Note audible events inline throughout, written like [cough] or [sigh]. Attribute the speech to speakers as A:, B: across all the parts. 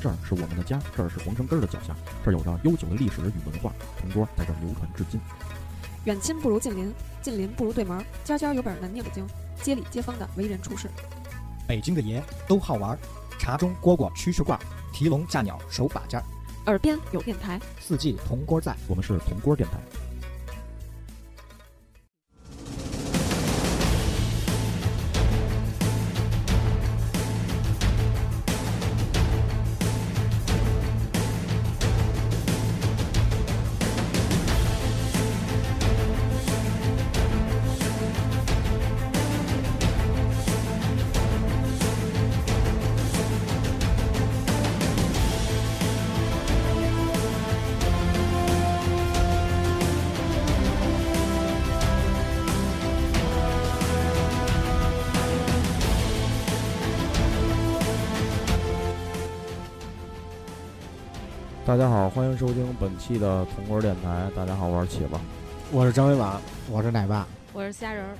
A: 这儿是我们的家，这儿是皇城根儿的脚下，这儿有着悠久的历史与文化，铜锅在这儿流传至今。
B: 远亲不如近邻，近邻不如对门儿，家家有本难念的经，街里街坊的为人处事。
C: 北京的爷都好玩儿，茶中蝈蝈蛐蛐挂，提笼架鸟手把件儿，
B: 耳边有电台，
C: 四季铜锅在。
A: 我们是铜锅电台。
D: 大家好，欢迎收听本期的铜锅电台。大家好，我是起子。
E: 我是张伟婉，我是奶爸。
F: 我是虾仁儿，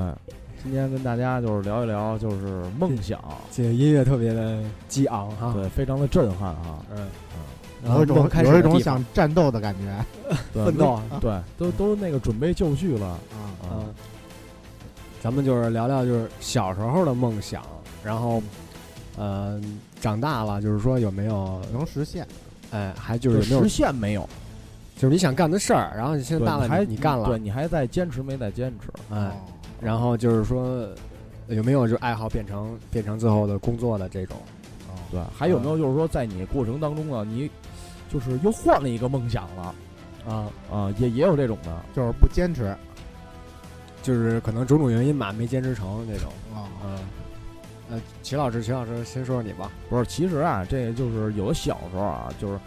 D: 哎，今天跟大家就是聊一聊，就是梦想，
E: 这个音乐特别的激昂哈，
D: 对，非常的震撼哈。
E: 嗯，
D: 然后
E: 有一
D: 我们
E: 种
D: 开始
E: 有一
D: 的
E: 种
D: 地方
E: 想战斗的感觉啊
D: 对
E: 奋斗
D: 都对，都都那个准备就绪了。
G: 嗯
E: 啊！咱们就是聊聊就是小时候的梦想，然后，呃，长大了就是说有没有
G: 能实现。
E: 哎，还就是有没有
D: 实现没有？
E: 就是你想干的事儿，然后你现在
D: 对，
E: 大
D: 你
E: 了
D: 还
E: 你你干
D: 对
E: 了，
D: 你还在坚持没在坚持？
E: 哎，
G: 哦
E: 然后就是说有没有就是爱好变成变成最后的工作的这种？
G: 哦
D: 对，还有没
E: 嗯
D: 有就是说在你过程当中呢，你就是又换了一个梦想了
E: 啊，
D: 啊？也也有这种的。
G: 就是不坚持啊、
E: 就是可能种种原因吧，没坚持成这种。
G: 哦
E: 嗯，呃，齐老师，齐老师先说说你吧。
D: 不是，其实啊，这就是有的小时候啊，就是，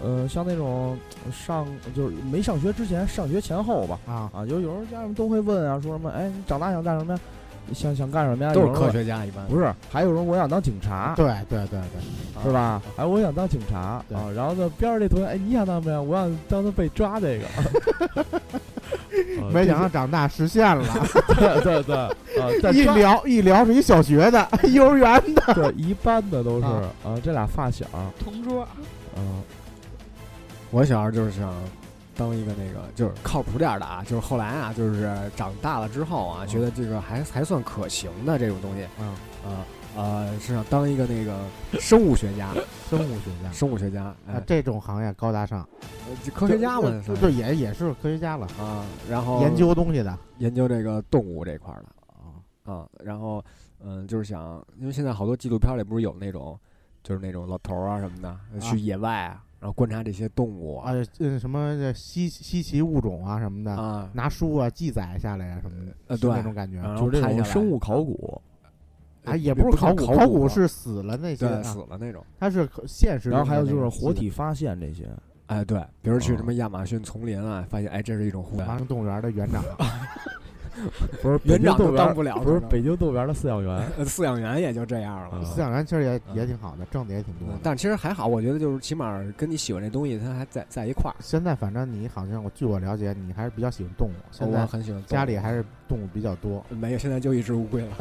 D: 呃，像那种上就是没上学之前，上学前后吧，
G: 啊！
D: 啊，有有时候家长都会问啊，说什么，哎，你长大想干什么呀？你想想干什么呀？
E: 都
D: 有
E: 是
D: 人
E: 科
D: 问，
E: 学家一般，
D: 不是，还有人我想当警察，
G: 对对对对，
E: 啊
D: 是吧？哎，我想当警察啊
G: 对，
D: 然后呢，边上这同学，哎，你想当什么呀？我想当他被抓这个。
E: [laughs]
D: [laughs] 啊
E: 呃
G: 没想到长大实现了。
D: [laughs] 对对对，啊， [laughs] 在
G: 一
D: 抓
G: 聊一聊是一小学的、 [laughs] 幼儿园的，
D: 对一般的都是
G: 啊
D: 啊，这俩发小，
F: 同桌，
D: 嗯，
E: 我小时候就是想当一个那个就是靠谱点儿的啊，就是后来啊，就是长大了之后啊，觉得这个还还算可行的这种东西，
G: 嗯
E: 啊呃是想当一个那个生物学家，
G: 生物学家。
E: 生物学家，哎
G: 啊，，这种行业高大上，
E: 呃就科学家嘛
G: 对
E: 算是
G: 对，也也是科学家了，
E: 啊，然后
G: 研究东西的。
E: 研究这个动物这块儿的啊，然后嗯，就是想，因为现在好多纪录片里不是有那种，就是那种老头儿啊什么的去野外啊，然后观察这些动物
G: 啊，呃，什么这稀稀奇物种啊什么的，
E: 啊，
G: 拿书啊记载下来啊什么的，
E: 呃
G: 是
E: 对
G: 那种感觉。
E: 然后
D: 就是这
E: 拍下
D: 种
E: 来
D: 生物考古，
G: 啊，也不是考古，
E: 考
G: 考
E: 古
G: 古是死了那些
E: 对
G: 啊
E: 死，了那种。
G: 它是可现实中的
D: 然
G: 那种记载。
D: 后还有就是活体发现这些，
E: 哎，对，比如去什
D: 啊
E: 么亚马逊丛林啊，发现哎，这是一种湖
G: 马
E: 南
G: 上动物园的园
D: [laughs]
G: 长，
D: [laughs] 不是北
E: 园
D: 京
E: 长
D: 动
E: 都
D: 物
E: 当
D: 园
E: 不了
D: 不是
E: 可能
D: 北京动物园的饲 [laughs] 养员，
E: 呃饲养员也就这样了
D: 啊。
G: 饲养员其实也
E: 嗯
G: 也挺好的，挣的也挺多
E: 嗯
G: 的。
E: 但其实还好，我觉得就是起码跟你喜欢这东西，它还在在一块儿。
G: 现在反正你好像我据我了解，你还是比较喜欢动物。现
E: 我
G: 在
E: 很喜欢动物。
G: 家里还是动物比较多。
E: 没有，现在就一只乌龟了，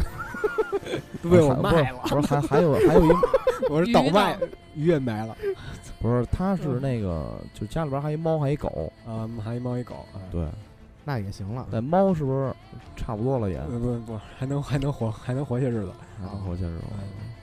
E: 都被我卖了。
D: 啊不是还还有还 [laughs] 有一
E: 我是倒卖，鱼也没了。
D: 不是，他是那个，就家里边还一猫，还一狗。
E: 啊，我们还一猫一狗。啊
D: 对，
G: 那也行了。
D: 但猫是不是差不多了也？
E: 呃不不，还能还能活还能活些日子，
D: 然后确实，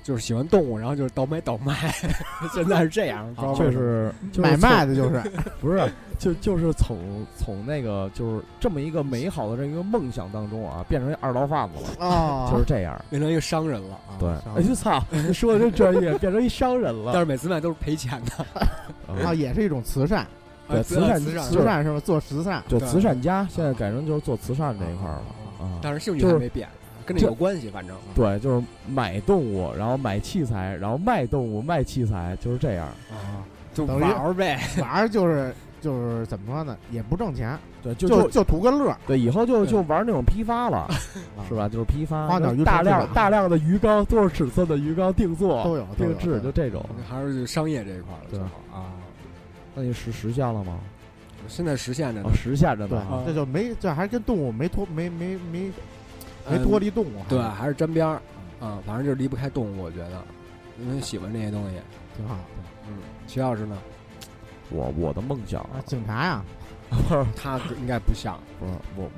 E: 就是喜欢动物，然后就是倒卖倒卖， [laughs] 现在是这样，不知道为
D: 确
E: 什么
D: 实啊就是
G: 买卖
D: 从
G: 的就是，
D: [laughs] 不是，就就是从从那个就是这么一个美好的这个梦想当中啊，变成一二道贩子了，
G: 哦，
D: 就是 [laughs] 这样。
E: 变成一个商人了。
D: 对，
G: 商
D: 哎呦操，你说的真专业，变成一商人
E: 但
D: 了。
E: 是每次卖都是赔钱的，
D: 嗯
G: 啊，也是一种慈善，
D: 对
E: 呃
D: 慈善
E: 慈
D: 就，
E: 善
D: 是
G: 慈善是吧？做慈善，
D: 就
E: 对
D: 慈善家，现在改成就是做慈善这一块儿了啊。
E: 但是性
D: 就
E: 质
D: 是
E: 还没变，跟这有关系，反正。啊
D: 对，就是买动物，然后买器材，然后卖动物卖器材，就是这样。
E: 啊，就
G: 等于
E: 玩儿呗。 [laughs]
G: 反而就是就是怎么说呢，也不挣钱，
D: 对，就
G: 就就图个乐儿。
D: 对，以后就
E: 对
D: 就玩那种批发了，是吧？就是批发，
G: 花鸟
D: 就
G: 鱼虫
D: 大
G: 市
D: 量
G: 场
D: 大量的鱼缸，多少尺寸的鱼缸定做、
G: 啊都有都有
D: 定制，就这种。
E: 还是商业这一块儿了，
D: 对
E: 最好啊。
D: 那你实实现了吗？
E: 现在实现着呢
D: 哦，，实现着
G: 对
D: 呢。，
G: 这就没这还跟动物没脱没没没没
E: 嗯
G: 脱离动物，
E: 对，还是沾边儿啊，反正就是离不开动物，我觉得。因为喜欢这些东西。
G: 挺好
E: 嗯，齐老师呢？
D: 我我的梦想
G: 的。啊，警察呀，
E: 他应该不像，
D: 不是我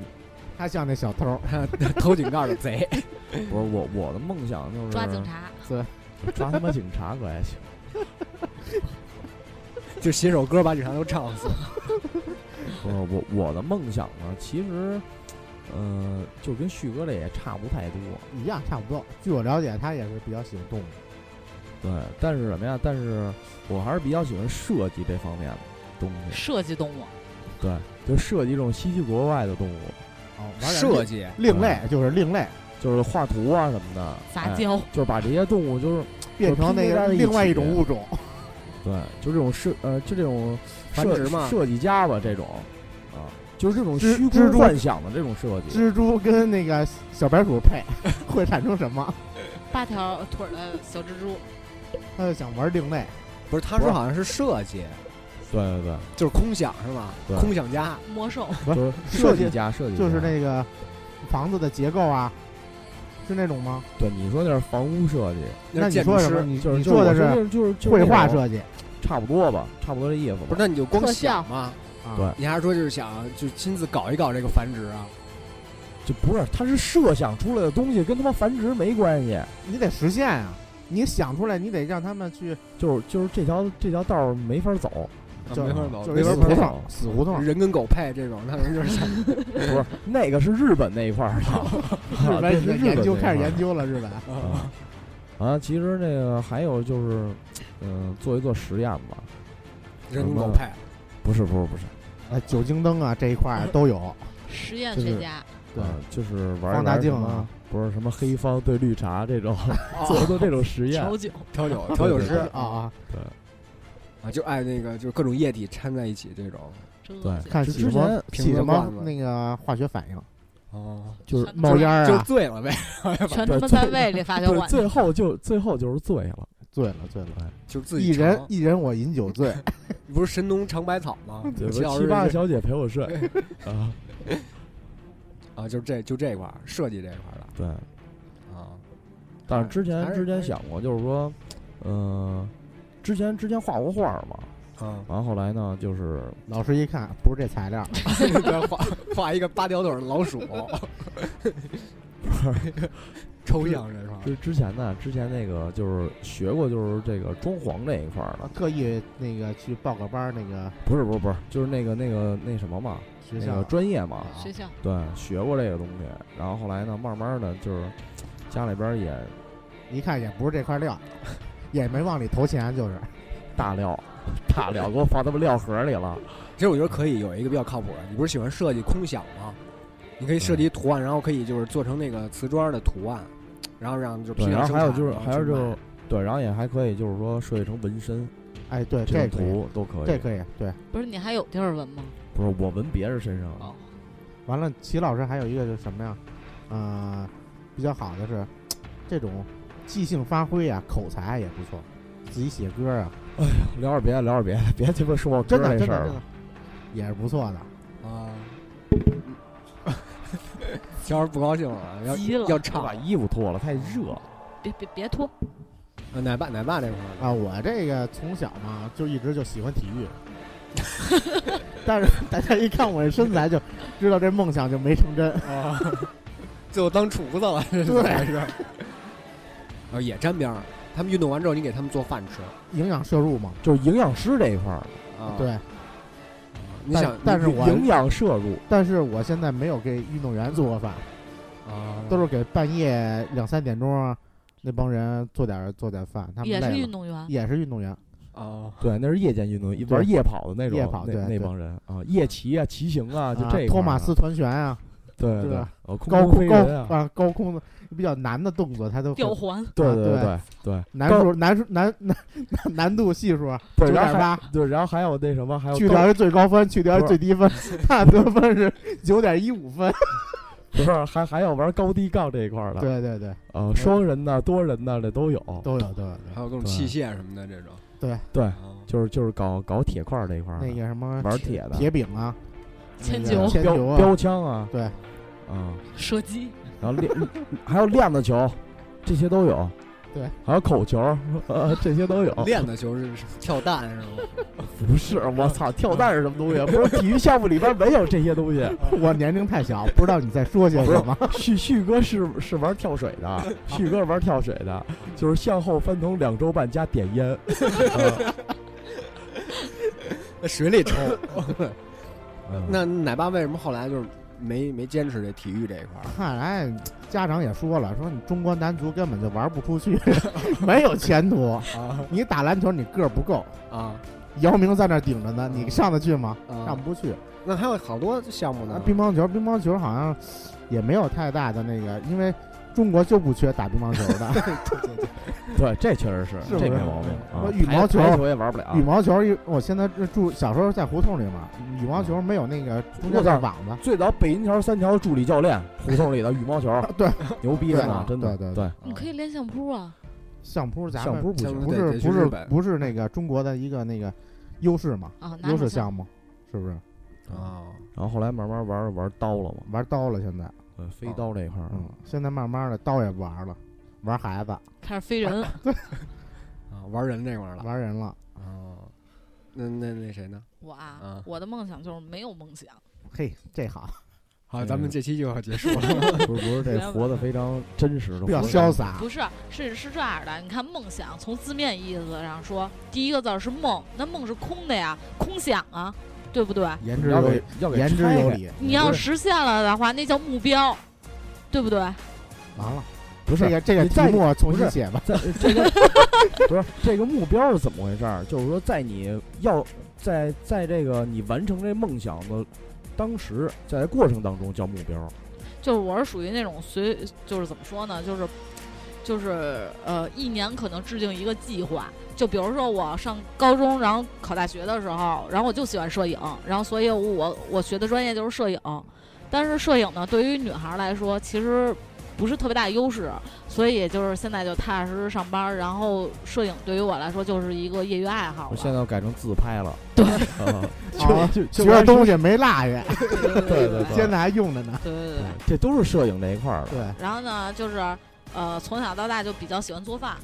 G: 他像那小偷，
E: 他偷井盖的贼。
D: 不是我我的梦想就是
F: 抓警，察，
D: 抓他妈警察可还行。
E: 就写首歌把警察都唱死。
D: 不是呃我我的梦想呢，其实，呃，就跟旭哥这也差不太多。
G: 一样差不多。据我了解，他也是比较喜欢动物。
D: 对，但是什么呀？但是我还是比较喜欢设计这方面的东西。
F: 设计动物，
D: 对，就设计这种稀奇古怪的动物，
G: 哦，玩点
E: 设计，
G: 另另类就是另类，
D: 就是画图啊什么的，
F: 杂
D: 哎
F: 交，
D: 就是把这些动物就是
G: 变成那
D: 拼接在
G: 个
D: 一起
G: 另外一种物种。
D: 对，就这种设呃，就这种
E: 繁
D: 设
E: 殖嘛
D: 设计家吧，这种啊，就是这种
G: 蜘
D: 虚
G: 蜘
D: 空
G: 蛛
D: 幻想的这种设计。
G: 蜘蛛跟那个小白鼠配，会产生什么？
F: 八条腿儿的小蜘蛛，
G: 他就想玩另类，
E: 不是他说好像是设计，
D: 对对对，
E: 就是空想是吗？
D: 对
E: 空想家，
F: 魔兽，
D: 就是
G: 设
D: 设
G: 计
D: 计家设计
G: 就是
D: 家
G: 那个房子的结构啊，是那种吗？
D: 对你说那是房屋设计，
G: 那
E: 是
G: 你
E: 建
G: 说
E: 筑
G: 什么？
E: 师。
G: 你
D: 就是
G: 你说的
D: 就是是就是就是
G: 绘
D: 那
G: 画
D: 种
G: 设计
D: 差不多吧，差不多这意思吧。
E: 不是，那你就光
F: 特效
E: 想嘛？
G: 啊？
D: 对
E: 你还是说就是想就亲自搞一搞这个繁殖啊？
D: 就不是，它是设想出来的东西，跟他妈繁殖没关系。
G: 你得实现啊！你想出来，你得让他们去，
D: 就是就是这条这条道儿没法走，
E: 啊
G: 就
E: 没法搞，
G: 就是一
E: 没
G: 个胡
E: 法搞。
G: 同，哦死胡同。
E: 人跟狗配这种，那可能就是 [laughs] 想
D: 不是那个是日本那一块
G: [laughs]
D: 儿的，啊
G: 日
D: 这
G: 本
D: 是 [laughs] 日本
G: 研究
D: 那一
G: 开
D: 块儿
G: 始研究了， [laughs] 日本。
D: 啊。啊，其实那个还有就是，嗯、做一做实验吧。
E: 人跟狗配。
D: 不是不是不是，
G: 呃，酒精灯啊这一块儿都
D: [laughs]
G: 有。
F: 实验
D: 就是
F: 学家，
G: 对
D: 啊就是玩
G: 放
D: 一
G: 大
D: 玩
G: 镜
D: 什么
G: 啊，
D: 不是什么黑方对绿茶这种，做一
E: 哦
D: 做这种实验。
F: 调酒，
E: 调 [laughs] 酒，调酒师
G: 啊啊！
E: 啊，就爱那个，就是各种液体掺在一起这种。
F: 真
D: 对
F: 恶心
G: 看
D: 之
G: 起
D: 之
G: 什么
D: 前
G: 起什
E: 评
G: 么
E: 论罐子
G: 那个化学反应，
E: 哦，
D: 就是
F: 全
G: 冒烟儿
E: 就是
G: 啊，
E: 醉了呗， [laughs]
F: 全他妈在胃里发酵
D: 对，
F: 管，
D: 最后就最后就是醉了。
G: 醉了醉了。
E: 就是自己
G: 一人
E: 尝
G: 一人我饮酒醉， [laughs]
E: 你不是神农尝百草 [laughs] 吗？
D: 对
E: 齐老师
D: 七八个
E: 是
D: 小姐陪我
G: [laughs]
D: 睡啊，
E: 啊，就是这就这块儿设计这一块儿
D: 对。
E: 的啊。
D: 但是之
E: 还
D: 前之
E: 是
D: 前想过，就是说，呃，之前之前画过画嘛，
E: 啊， [laughs]
D: 完后来呢，就是
G: 老师一看不是这材料，
E: 对画画一个八条腿的老鼠， [laughs] 抽象这块儿
D: 之之前呢，之前那个就是学过，就是这个装潢这一块儿的，
G: 特意那个去报个班儿，那个
D: 不是不是不是，就是那个那个那什么嘛，
G: 学
D: 那
G: 校
D: 个专业嘛，
F: 学校
D: 对，学过这个东西。然后后来呢，慢慢的就是家里边儿也
G: 一看也不是这块料， [laughs] 也没往里投钱，就是
D: 大料大料给我放他们料盒里了，
E: 其实我觉得可以有一个比较靠谱的，你不是喜欢设计空想吗？你可以
D: 嗯
E: 设计一图案，然后可以就是做成那个瓷砖的图案，然后让就批
D: 对，然
E: 量
D: 后
E: 生
D: 还有
E: 产
D: 就是
E: 然后
D: 还有
E: 去卖
D: 就对，然后也还可以就是说设计成纹身，
G: 哎，对，
D: 这
G: 这
D: 种
G: 可以，
D: 图都可以，
G: 这可以，对。
F: 不是你还有地儿纹吗？
D: 不是我纹别人身上
F: 哦，
G: 完了，齐老师还有一个是什么呀？呃，比较好的是这种即兴发挥啊，口才也不错，自己写歌啊，
D: 聊点别的，聊点别的，别鸡巴说我歌
G: 真的
D: 这
G: 真
D: 事
G: 的
D: 儿
G: 真的
D: 了。
G: 也是不错的。
E: 啊。要是不高兴了，要
F: 急了
E: 要
D: 我
E: 唱
D: 把衣服脱了，太热了。
F: 别别别脱，
E: 啊奶爸奶爸这块儿
G: 啊，我这个从小嘛就一直就喜欢体
D: [laughs]
G: 育，但是 [laughs] 大家一看我这身材就知道这梦想就没成真。
E: 啊，最后当厨子了，这是怎么回事？啊，也沾边儿。他们运动完之后，你给他们做饭吃
G: 营养摄入嘛，
D: 就是营养师这一块儿，
E: 啊。，
G: 对，
E: 你
G: 但
E: 想，
G: 但是我
D: 营养摄入，
G: 但是我现在没有给运动员做过饭，
E: 啊，
G: 都是给半夜两三点钟啊那帮人做点做点饭，他们
F: 也
G: 累了
F: 是运动员，
G: 也是运动员，
E: 啊，
D: 对，那是夜间运动，玩夜跑的那种，
G: 夜跑
D: 那
G: 对
D: 那
G: 对
D: 帮人啊，夜骑啊，骑行啊，就
G: 啊
D: 这一块儿啊
G: 托马斯，团旋啊，
D: 对
G: 对
D: 对
G: 吧，
D: 哦空
G: 高
D: 中飞
G: 空
D: 人啊
G: 高，啊高空的比较难的动作，他都会
F: 吊环，
D: 对
G: 啊
D: 对
G: 对
D: 对对
G: 难
D: 高
G: 数难数难难难度系数啊
D: 对，
G: 九
D: 然
G: 点
D: 后还
G: 八。
D: 对，然后还有那什么，还有
G: 去
D: 高
G: 掉一最高分，去掉一最低分，他得分是九点一五
D: 啊
G: 分。
D: 不是 [laughs] 还还有玩高低杠这一块儿的，，
G: 对对对，
D: 啊，双人的、多人的这都有，
G: 都有都有。
E: 还有各种
D: 对
E: 器械什么的这种。
G: 对
D: 对
E: 啊，
D: 就是就是搞搞铁块儿这一块儿的
G: 那个什么
D: 玩铁的，
G: 铁饼啊，
F: 铅
G: 那
F: 球
G: 个铅
D: 标
G: 球啊，
D: 标枪啊，
G: 对
D: 啊，
F: 射击，
D: 然后链还有链子球，这些都有，
G: 对，
D: 还有口球，呃，这些都有。
E: 练的球是跳蛋是 [laughs] 吗？
D: 不是，我
G: 嗯
D: 操，跳蛋是什么东西？不是体育项目里边没有这些东
G: [laughs]
D: 西。
G: 我年龄太小，不知道你在说些什么。
D: 旭旭哥是是玩跳水的，旭哥是玩跳水的，就是向后翻腾两周半加点
G: [laughs]
D: 烟。
E: 在水里抽。
D: 嗯
E: [laughs] 那奶爸为什么后来就是没没坚持这体育这一块儿？
G: 看来家长也说了，说你中国男足根本就玩不出
D: [laughs]
G: 去，没有前途。
E: 啊
G: 你打篮球你个儿不够，
E: 啊
G: 姚明在那儿顶着呢，你上得去吗？上
E: 啊！
G: 不去。
E: 那还有好多项目
G: 那
E: 呢，
G: 乒
E: [laughs]
G: 乓球，乒乓球好像也没有太大的那个，因为中国就不缺打乒乓球
E: [laughs]
G: 的。
D: 对，这确实是，
G: 是不
D: 这
G: 是
D: 没毛病啊
G: 我。羽毛
D: 排
G: 球
D: 排球也玩不了
G: 羽。毛球，我现在住小时候在胡同里嘛，羽毛球没有那个中间的网子。
D: 最早北银条三条助理教练，胡同里的羽毛球，
G: [laughs] 对，
D: 牛逼着呢，
G: 对
D: 真
G: 啊
D: 的。
G: 对对
D: 对，
F: [laughs] 你可以练相扑啊，
G: 相扑咱
D: 相
G: 们
D: 扑不行
E: 相，
G: 不
E: 对
G: 是
E: 得去
G: 不
E: 日
G: 是
E: 本
G: 不是那个中国的一个那个优势嘛，
F: 啊，拿
G: 优势
F: 手
G: 项目是不是？
E: 啊，
D: 然后后来慢慢玩着玩刀了嘛，
G: 玩刀了现在，
D: 呃，飞刀这一块儿，
G: 嗯，现在慢慢的刀也不玩了，玩孩子，
F: 开始
G: [laughs]
F: 飞人，
E: 啊，玩人这块儿了
G: 玩人了。
E: 啊。那那那谁呢？
F: 我啊
G: 嗯
E: 啊，
F: 我的梦想就是没有梦想，
G: 嘿，这好，
E: 好，
D: 嗯
E: 咱们这期就要结束 [laughs] 了。
D: 啊 [laughs] 不是不是这活得非常真实的，
G: 比较
D: 活得
G: 潇洒。
F: 不是，是是这样的，你看梦想从字面意思上说，第一个字儿是梦，那梦是空的呀，空想啊，对不对？
G: 言之
D: 要
G: 有
D: 给
G: 理，
D: 要给
G: 言之有
D: 拆开，
G: 理。
F: 你要实现了的话，那叫目标，对不对？
G: 完了，
D: 不
G: 这
D: 是
G: 个这个
D: 你再
G: 题目重
D: 不
G: 新
D: 是
G: 写吧。
D: 在这个不是这个目标是怎么回事儿？就是说，在你要在在这个你完成这梦想的当时，在过程当中叫目标，
F: 就是我是属于那种随，就是怎么说呢，就是就是呃，一年可能制定一个计划。就比如说我上高中，然后考大学的时候，然后我就喜欢摄影，然后所以我我学的专业就是摄影。但是摄影呢，对于女孩儿来说，其实不是特别大的优势，所以就是现在就踏踏实实上班儿。然后摄影对于我来说就是一个业余爱好
D: 现
F: 了。
D: 在改成自拍了。
F: 对
D: [laughs] 啊，
G: 啊
D: 就
G: 学的东西没落 [laughs] 下，
F: [laughs] 对对对对对
G: 现在还用着呢。
F: 对对。
D: 这都是摄影这一块儿了。
G: 对，
F: 然后呢，就是呃，从小到大就比较喜欢做饭，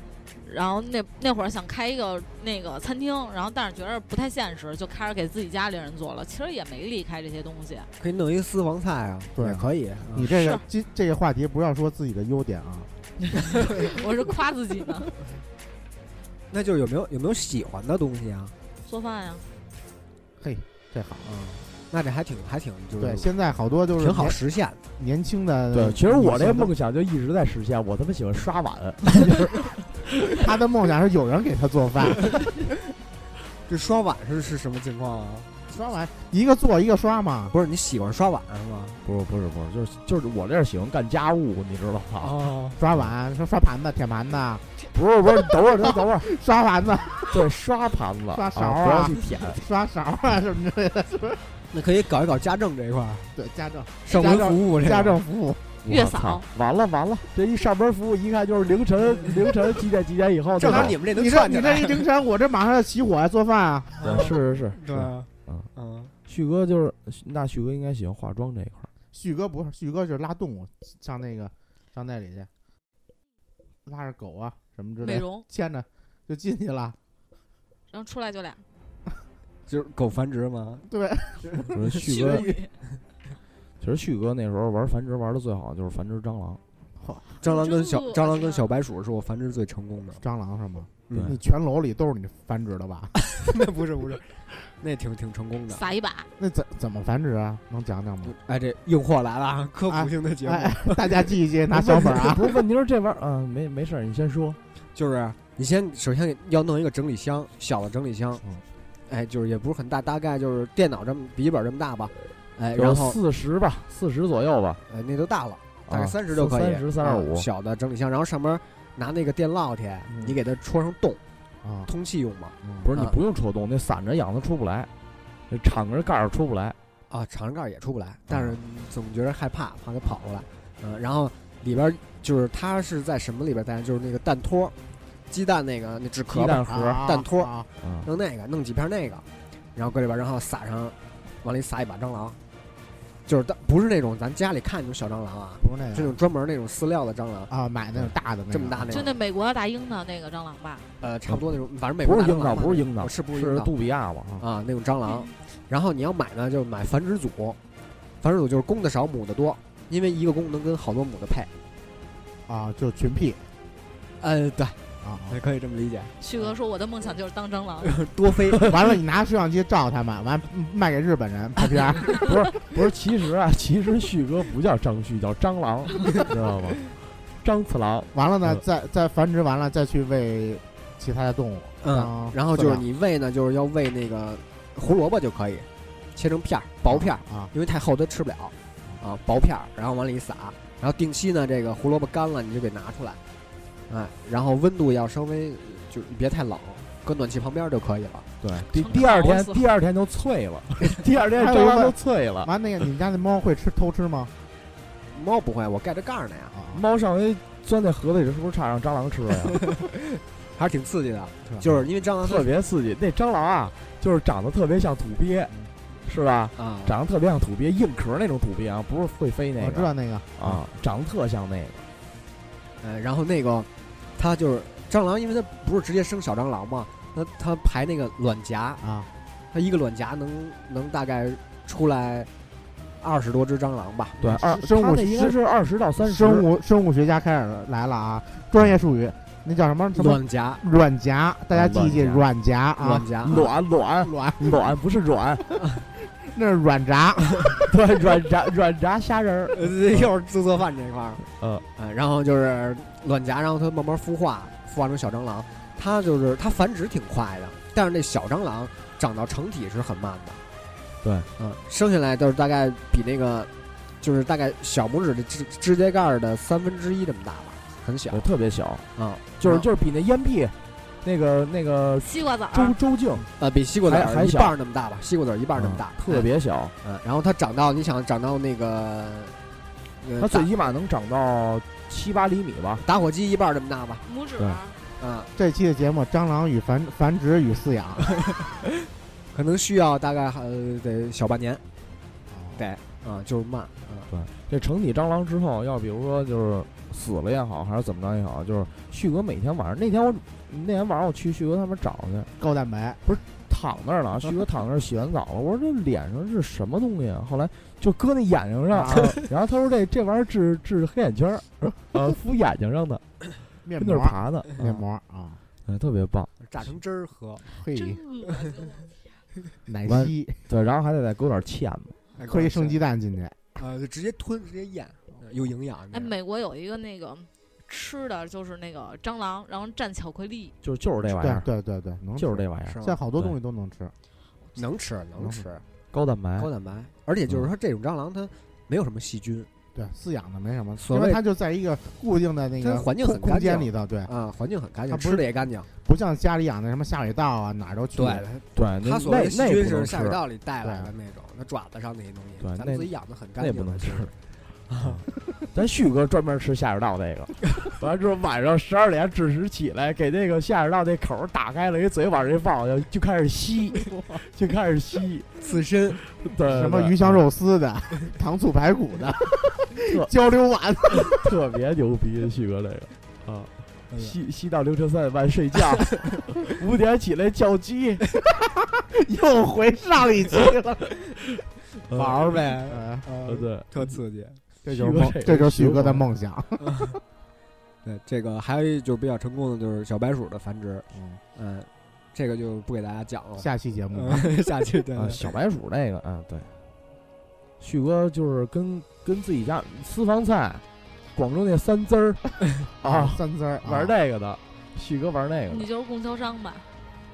F: 然后那那会儿想开一个那个餐厅，然后但是觉得不太现实，就开始给自己家里人做了。其实也没离开这些东西，
E: 可以弄一私房菜啊，
G: 对
E: 也可以。啊
G: 你这
F: 是
G: 个这这个话题不要说自己的优点啊，
F: 我是夸自己呢，
E: 那就是有没有有没有喜欢的东西啊？
F: 做饭呀、
G: 这好。
E: 啊，那这还挺还挺就
G: 对，
E: 是
G: 现在好多就是
E: 挺好
G: 年
E: 实现的。
G: 年轻的。
D: 对，其实我这梦想就一直在实现，我他妈喜欢刷碗，就是
G: 他的梦想是有人给他做饭，
E: 这刷碗是是什么情况啊？
G: 刷碗一个做一个刷嘛。
E: 不是你喜欢刷碗是吗？
D: 不是不是不是，就是就是我这是喜欢干家务，你知道吗？
E: 哦，
G: 刷碗，刷刷盘子、舔盘子、
D: 不是不是，等会儿等会
E: [laughs]
D: 儿，
G: 刷盘子、
D: 对，刷盘子，
G: 刷勺
D: 不要
G: 啊
D: 去舔。
G: 刷勺啊什么之类的。
E: 那可以搞一搞家政这一块儿，
G: 对，家政、
E: 上门服务这
G: 家
E: 块儿
G: 政服务，
F: [laughs] 月
D: 我操
F: 嫂，
D: 完了完了，这一上门服务一看就是凌晨凌晨几点几点以后那种，
E: 正好你们这能
G: 你这
E: 串
G: 你
E: 起
G: 这一
E: 来。
G: 凌晨，我这马上要起火呀，做饭啊。
E: [laughs]
D: 对是是是，
E: 对
D: 是
E: 啊
D: 嗯
E: 嗯，
D: 旭哥就是那旭哥应该喜欢化妆这一块儿，
G: 旭哥不是，旭哥就是拉动物，上那个上那里去，拉着狗啊什么之类
F: 美
G: 的，
F: 容，
G: 牵着就进去了。
F: 然后出来就俩
E: 就是狗繁殖吗？
G: 对，
D: 就是旭
F: 虚
D: 哥
F: 拟。
D: 其实旭哥那时候玩繁殖玩的最好就是繁殖蟑螂，
E: [laughs] 蟑螂跟小
F: 真恶心
E: 蟑
F: 啊
E: 螂跟小白鼠是我繁殖最成功的。
G: 蟑螂是吗？
D: 对
G: 你全楼里都是你繁殖的吧？
E: 嗯
G: [laughs]
E: [laughs] 那不是不是，那挺挺成功的。
F: 撒一把，
G: 那怎怎么繁殖啊？能讲讲吗？
E: [laughs] 哎，这硬货来了，啊，科普性的节目、
G: 哎，大家记一记，拿小本儿
E: [laughs]
G: 啊。
D: 不是问题是这玩意儿啊，没没事儿，你先说。
E: 就是你先首先要弄一个整理箱，小的整理箱，
D: 嗯
E: 哎，就是也不是很大，大概就是电脑这么笔记本这么大吧，哎，
D: 有
E: 然后
D: 四十吧，四十左右吧，
E: 呃那都大了，大概
D: 啊
E: 三十就可以，
D: 三十三十五
E: 啊。小的整理箱，然后上面拿那个电烙铁，
D: 嗯
E: 你给它戳上洞，
G: 啊，
E: 通气用嘛。
D: 不是你
E: 啊
D: 不用戳洞，那散着养它出不来，那敞着盖儿出不来。
E: 啊，长着盖儿也出不来，但
D: 啊
E: 是总觉得害怕，怕它跑过来。嗯、然后里边儿就是它是在什么里边儿待着？就是那个蛋托儿，鸡蛋那个那纸壳
D: 鸡蛋
E: 吧
D: 盒
G: 啊
E: 蛋托
G: 啊，
D: 啊，
E: 弄那个，弄几片那个，然后搁里边儿，然后撒上，往里撒一把蟑螂，就是当不是那种咱家里看那种小蟑螂啊，
G: 不是那
E: 是那
G: 个
E: 种专门那种饲料的蟑螂，
G: 啊，买那种大的那
E: 这么大那
G: 个
E: 种，
F: 就那美国大鹰的那个蟑螂吧，
E: 呃，差不多那种，反正美
D: 不
E: 国
D: 是
E: 大
D: 樱
E: 蟑
D: 桃，
E: 螂嘛
D: 不是樱桃，
E: 是不是
D: 是
E: 樱桃
D: 杜比亚吧？啊
E: 啊那种蟑螂。然后你要买呢，就买繁殖组，繁殖组就是公的少，母的多，因为一个公能跟好多母的配。
G: 啊，就群 P
E: 呃，对，
G: 啊。
E: 可以这么理解，
F: 旭哥说我的梦想就是当蟑螂，
E: 多飞。
G: 啊完了，你拿摄像机照他们，完卖给日本人拍片儿。
D: 不是，其实啊，其实旭哥不叫张旭，叫蟑螂，知道吗？张次郎，
G: 完了呢，
D: 嗯
G: 再再繁殖完了，再去喂其他的动物。
E: 嗯，
G: 当
E: 然后就是
G: 饲料
E: 你喂呢，就是要喂那个胡萝卜就可以，切成片儿，薄片儿，
G: 啊，
E: 因为太厚它吃不了啊，薄片儿，然后往里一撒，然后定期呢，这个胡萝卜干了你就给拿出来，哎，然后温度要稍微就是你别太冷，搁暖气旁边就可以了。
D: 对，第
F: 成
D: 第二天
F: 毛死
D: 第二天就脆了，第二天
G: 还有
D: 蟑
G: 一
D: 螂
G: 个
D: 都脆了。
G: 完
E: 嗯
G: 那个你们家那猫会吃偷吃吗？
E: 猫不会，我盖着盖儿呢呀，
G: 啊，
D: 猫上回钻那盒子里，是不是差让蟑螂吃了呀？
E: 还是挺刺激的，
G: 对
E: 就是因为蟑螂它
D: 特别刺激，那蟑螂啊，就是长得特别像土鳖，是吧？
E: 啊，
D: 长得特别像土鳖，硬壳那种土鳖啊，不是会飞那
G: 我知
D: 个
G: 道那个
D: 啊，长得特像那个。
E: 呃，然后那个它就是蟑螂，因为它不是直接生小蟑螂嘛，那它排那个卵夹，
G: 啊，
E: 它一个卵夹能能大概出来二十多只蟑螂吧。
D: 对，啊二
G: 生物
D: 它那应该是二十到三十。
G: 生物生物学家开始来了啊，专业术语，那叫什么什么
E: 卵夹，
G: 软夹，大家记一记
D: 啊
G: 软夹啊
E: 卵，夹，
D: 卵卵
G: 软
D: 卵不是软， [laughs]
G: 那是软炸，
D: 对，软炸软炸虾仁儿。
E: 呃，这 [laughs] 又是自做饭这块儿。
D: 呃
E: 呃，然后就是卵夹，然后它慢慢孵化，孵化成小蟑螂。它就是它繁殖挺快的，但是那小蟑螂长到成体是很慢的。
D: 对，
E: 嗯，生下来就是大概比那个，就是大概小拇指的指指甲盖儿的三分之一这么大吧，很小
D: 对，呃嗯特别小，
E: 啊。
D: 就是
E: 然后
D: 就是比那烟屁，那个那个
F: 西瓜籽儿
D: 周周径
E: 呃，比西瓜籽
D: 还
E: 儿
D: 还
E: 一
D: 小
E: 半儿那么大吧，西瓜籽儿一半儿那么大，
D: 嗯特别小。
E: 嗯。然后它长到，你想长到那个，呃
D: 它最
E: 打
D: 起码能长到七八厘米吧。
E: 打火机一半儿这么大吧，
F: 拇指
D: 对
F: 儿
E: 啊，
G: 这期的节目《蟑螂与繁繁殖与饲养》
E: 可能需要大概呃得小半年， [laughs] 对啊，就是慢啊。
D: 这成体蟑螂之后，要比如说就是死了也好，还是怎么着也好，就是旭哥每天晚上那天我那天晚上我去旭哥他们找去，
G: 高蛋白
D: 躺那儿了，旭哥躺那儿洗完澡了，我说这脸上是什么东西啊？后来就搁那眼睛上，啊、 [laughs] 然后他说这这玩意儿治治黑眼圈儿， [laughs] 呃，敷眼睛上的，
G: 面
D: 跟那儿
G: 膜
D: 爬的，
G: 面膜啊，
D: 嗯，特别棒。
E: 榨成汁儿喝，
G: 嘿，
F: 真恶心。
G: 奶
D: 完
G: 昔，
D: 对，然后还得再搁点芡子，
G: 可以生鸡蛋进去。
E: 啊，就直接吞，直接咽，呃有营养。
F: 哎，美国有一个那个吃的就是那个蟑螂，然后蘸巧克力，
D: 就就是这玩意
G: 对
D: 儿，
G: 对对对，能
D: 就是
G: 吃
D: 这玩意儿，
E: 是
G: 现在
E: 吧？
G: 好多东西都能吃，
E: 能吃，能吃，
D: 高蛋白
E: 高。蛋白，而且就是说这种蟑螂它没有什么细菌
G: 对，饲养的没什么，
E: 所
G: 因为
E: 谓
G: 它就在一个固定的那
E: 它
G: 个
E: 环境
G: 空
E: 很
G: 空
E: 干
G: 间
E: 净
G: 里头，对，
E: 啊，环境很干
G: 哎它
E: 净，
G: 不是
E: 吃的也干净。
G: 不像家里养的什么下水道啊，哪儿都去。
E: 对，
D: 对，
E: 它
D: 那
E: 所
D: 那
E: 谓的细
D: 那
E: 菌
D: 不能吃
E: 是下水道里带来的那种，它爪子上那些东西
D: 对，
E: 咱
D: 那
E: 们自己养的很干
D: 那
E: 净。
D: 不能
E: 其
D: 吃
E: 实。 [laughs]
D: 咱旭哥专门吃下水道那个，完了之后晚上十二点准时起来，给那个下水道那口儿打开了，给嘴往这放，就就开始吸，就开始吸，
E: 刺身，
D: 对，
G: 什么
D: 对
G: 鱼香肉丝的、 [laughs] 糖醋排骨的
D: 特、
G: 焦溜丸，
D: 特别牛逼，旭哥这
E: 哎
D: 个啊，吸吸到凌晨三点半睡
E: [laughs]
D: 觉，五点起来叫鸡，
G: 又回上一期了。
E: 玩儿呗，
G: [laughs] 呃
D: 呃，对，
E: 特刺激。 [laughs]
G: 这
D: 旭
G: 就是
D: 哥
G: 梦
D: 这，个
G: 这就是旭
D: 循
G: 哥的
D: 环
G: 梦想。
E: 对，这个还有一就是比较成功的就是小白鼠的繁殖，
G: 嗯 [laughs]
E: 嗯，这个就不给大家讲了。
G: 下期节目吧，
E: 嗯 [laughs] 下去对
D: 啊，小白鼠那个啊，对，旭哥就是跟跟自己家私房菜，广州那三滋
G: [laughs]
D: 儿 [laughs] 啊，
G: 三滋儿啊
D: 玩那个的，旭哥玩那个
F: 你
D: 的，
F: 就是供销商吧？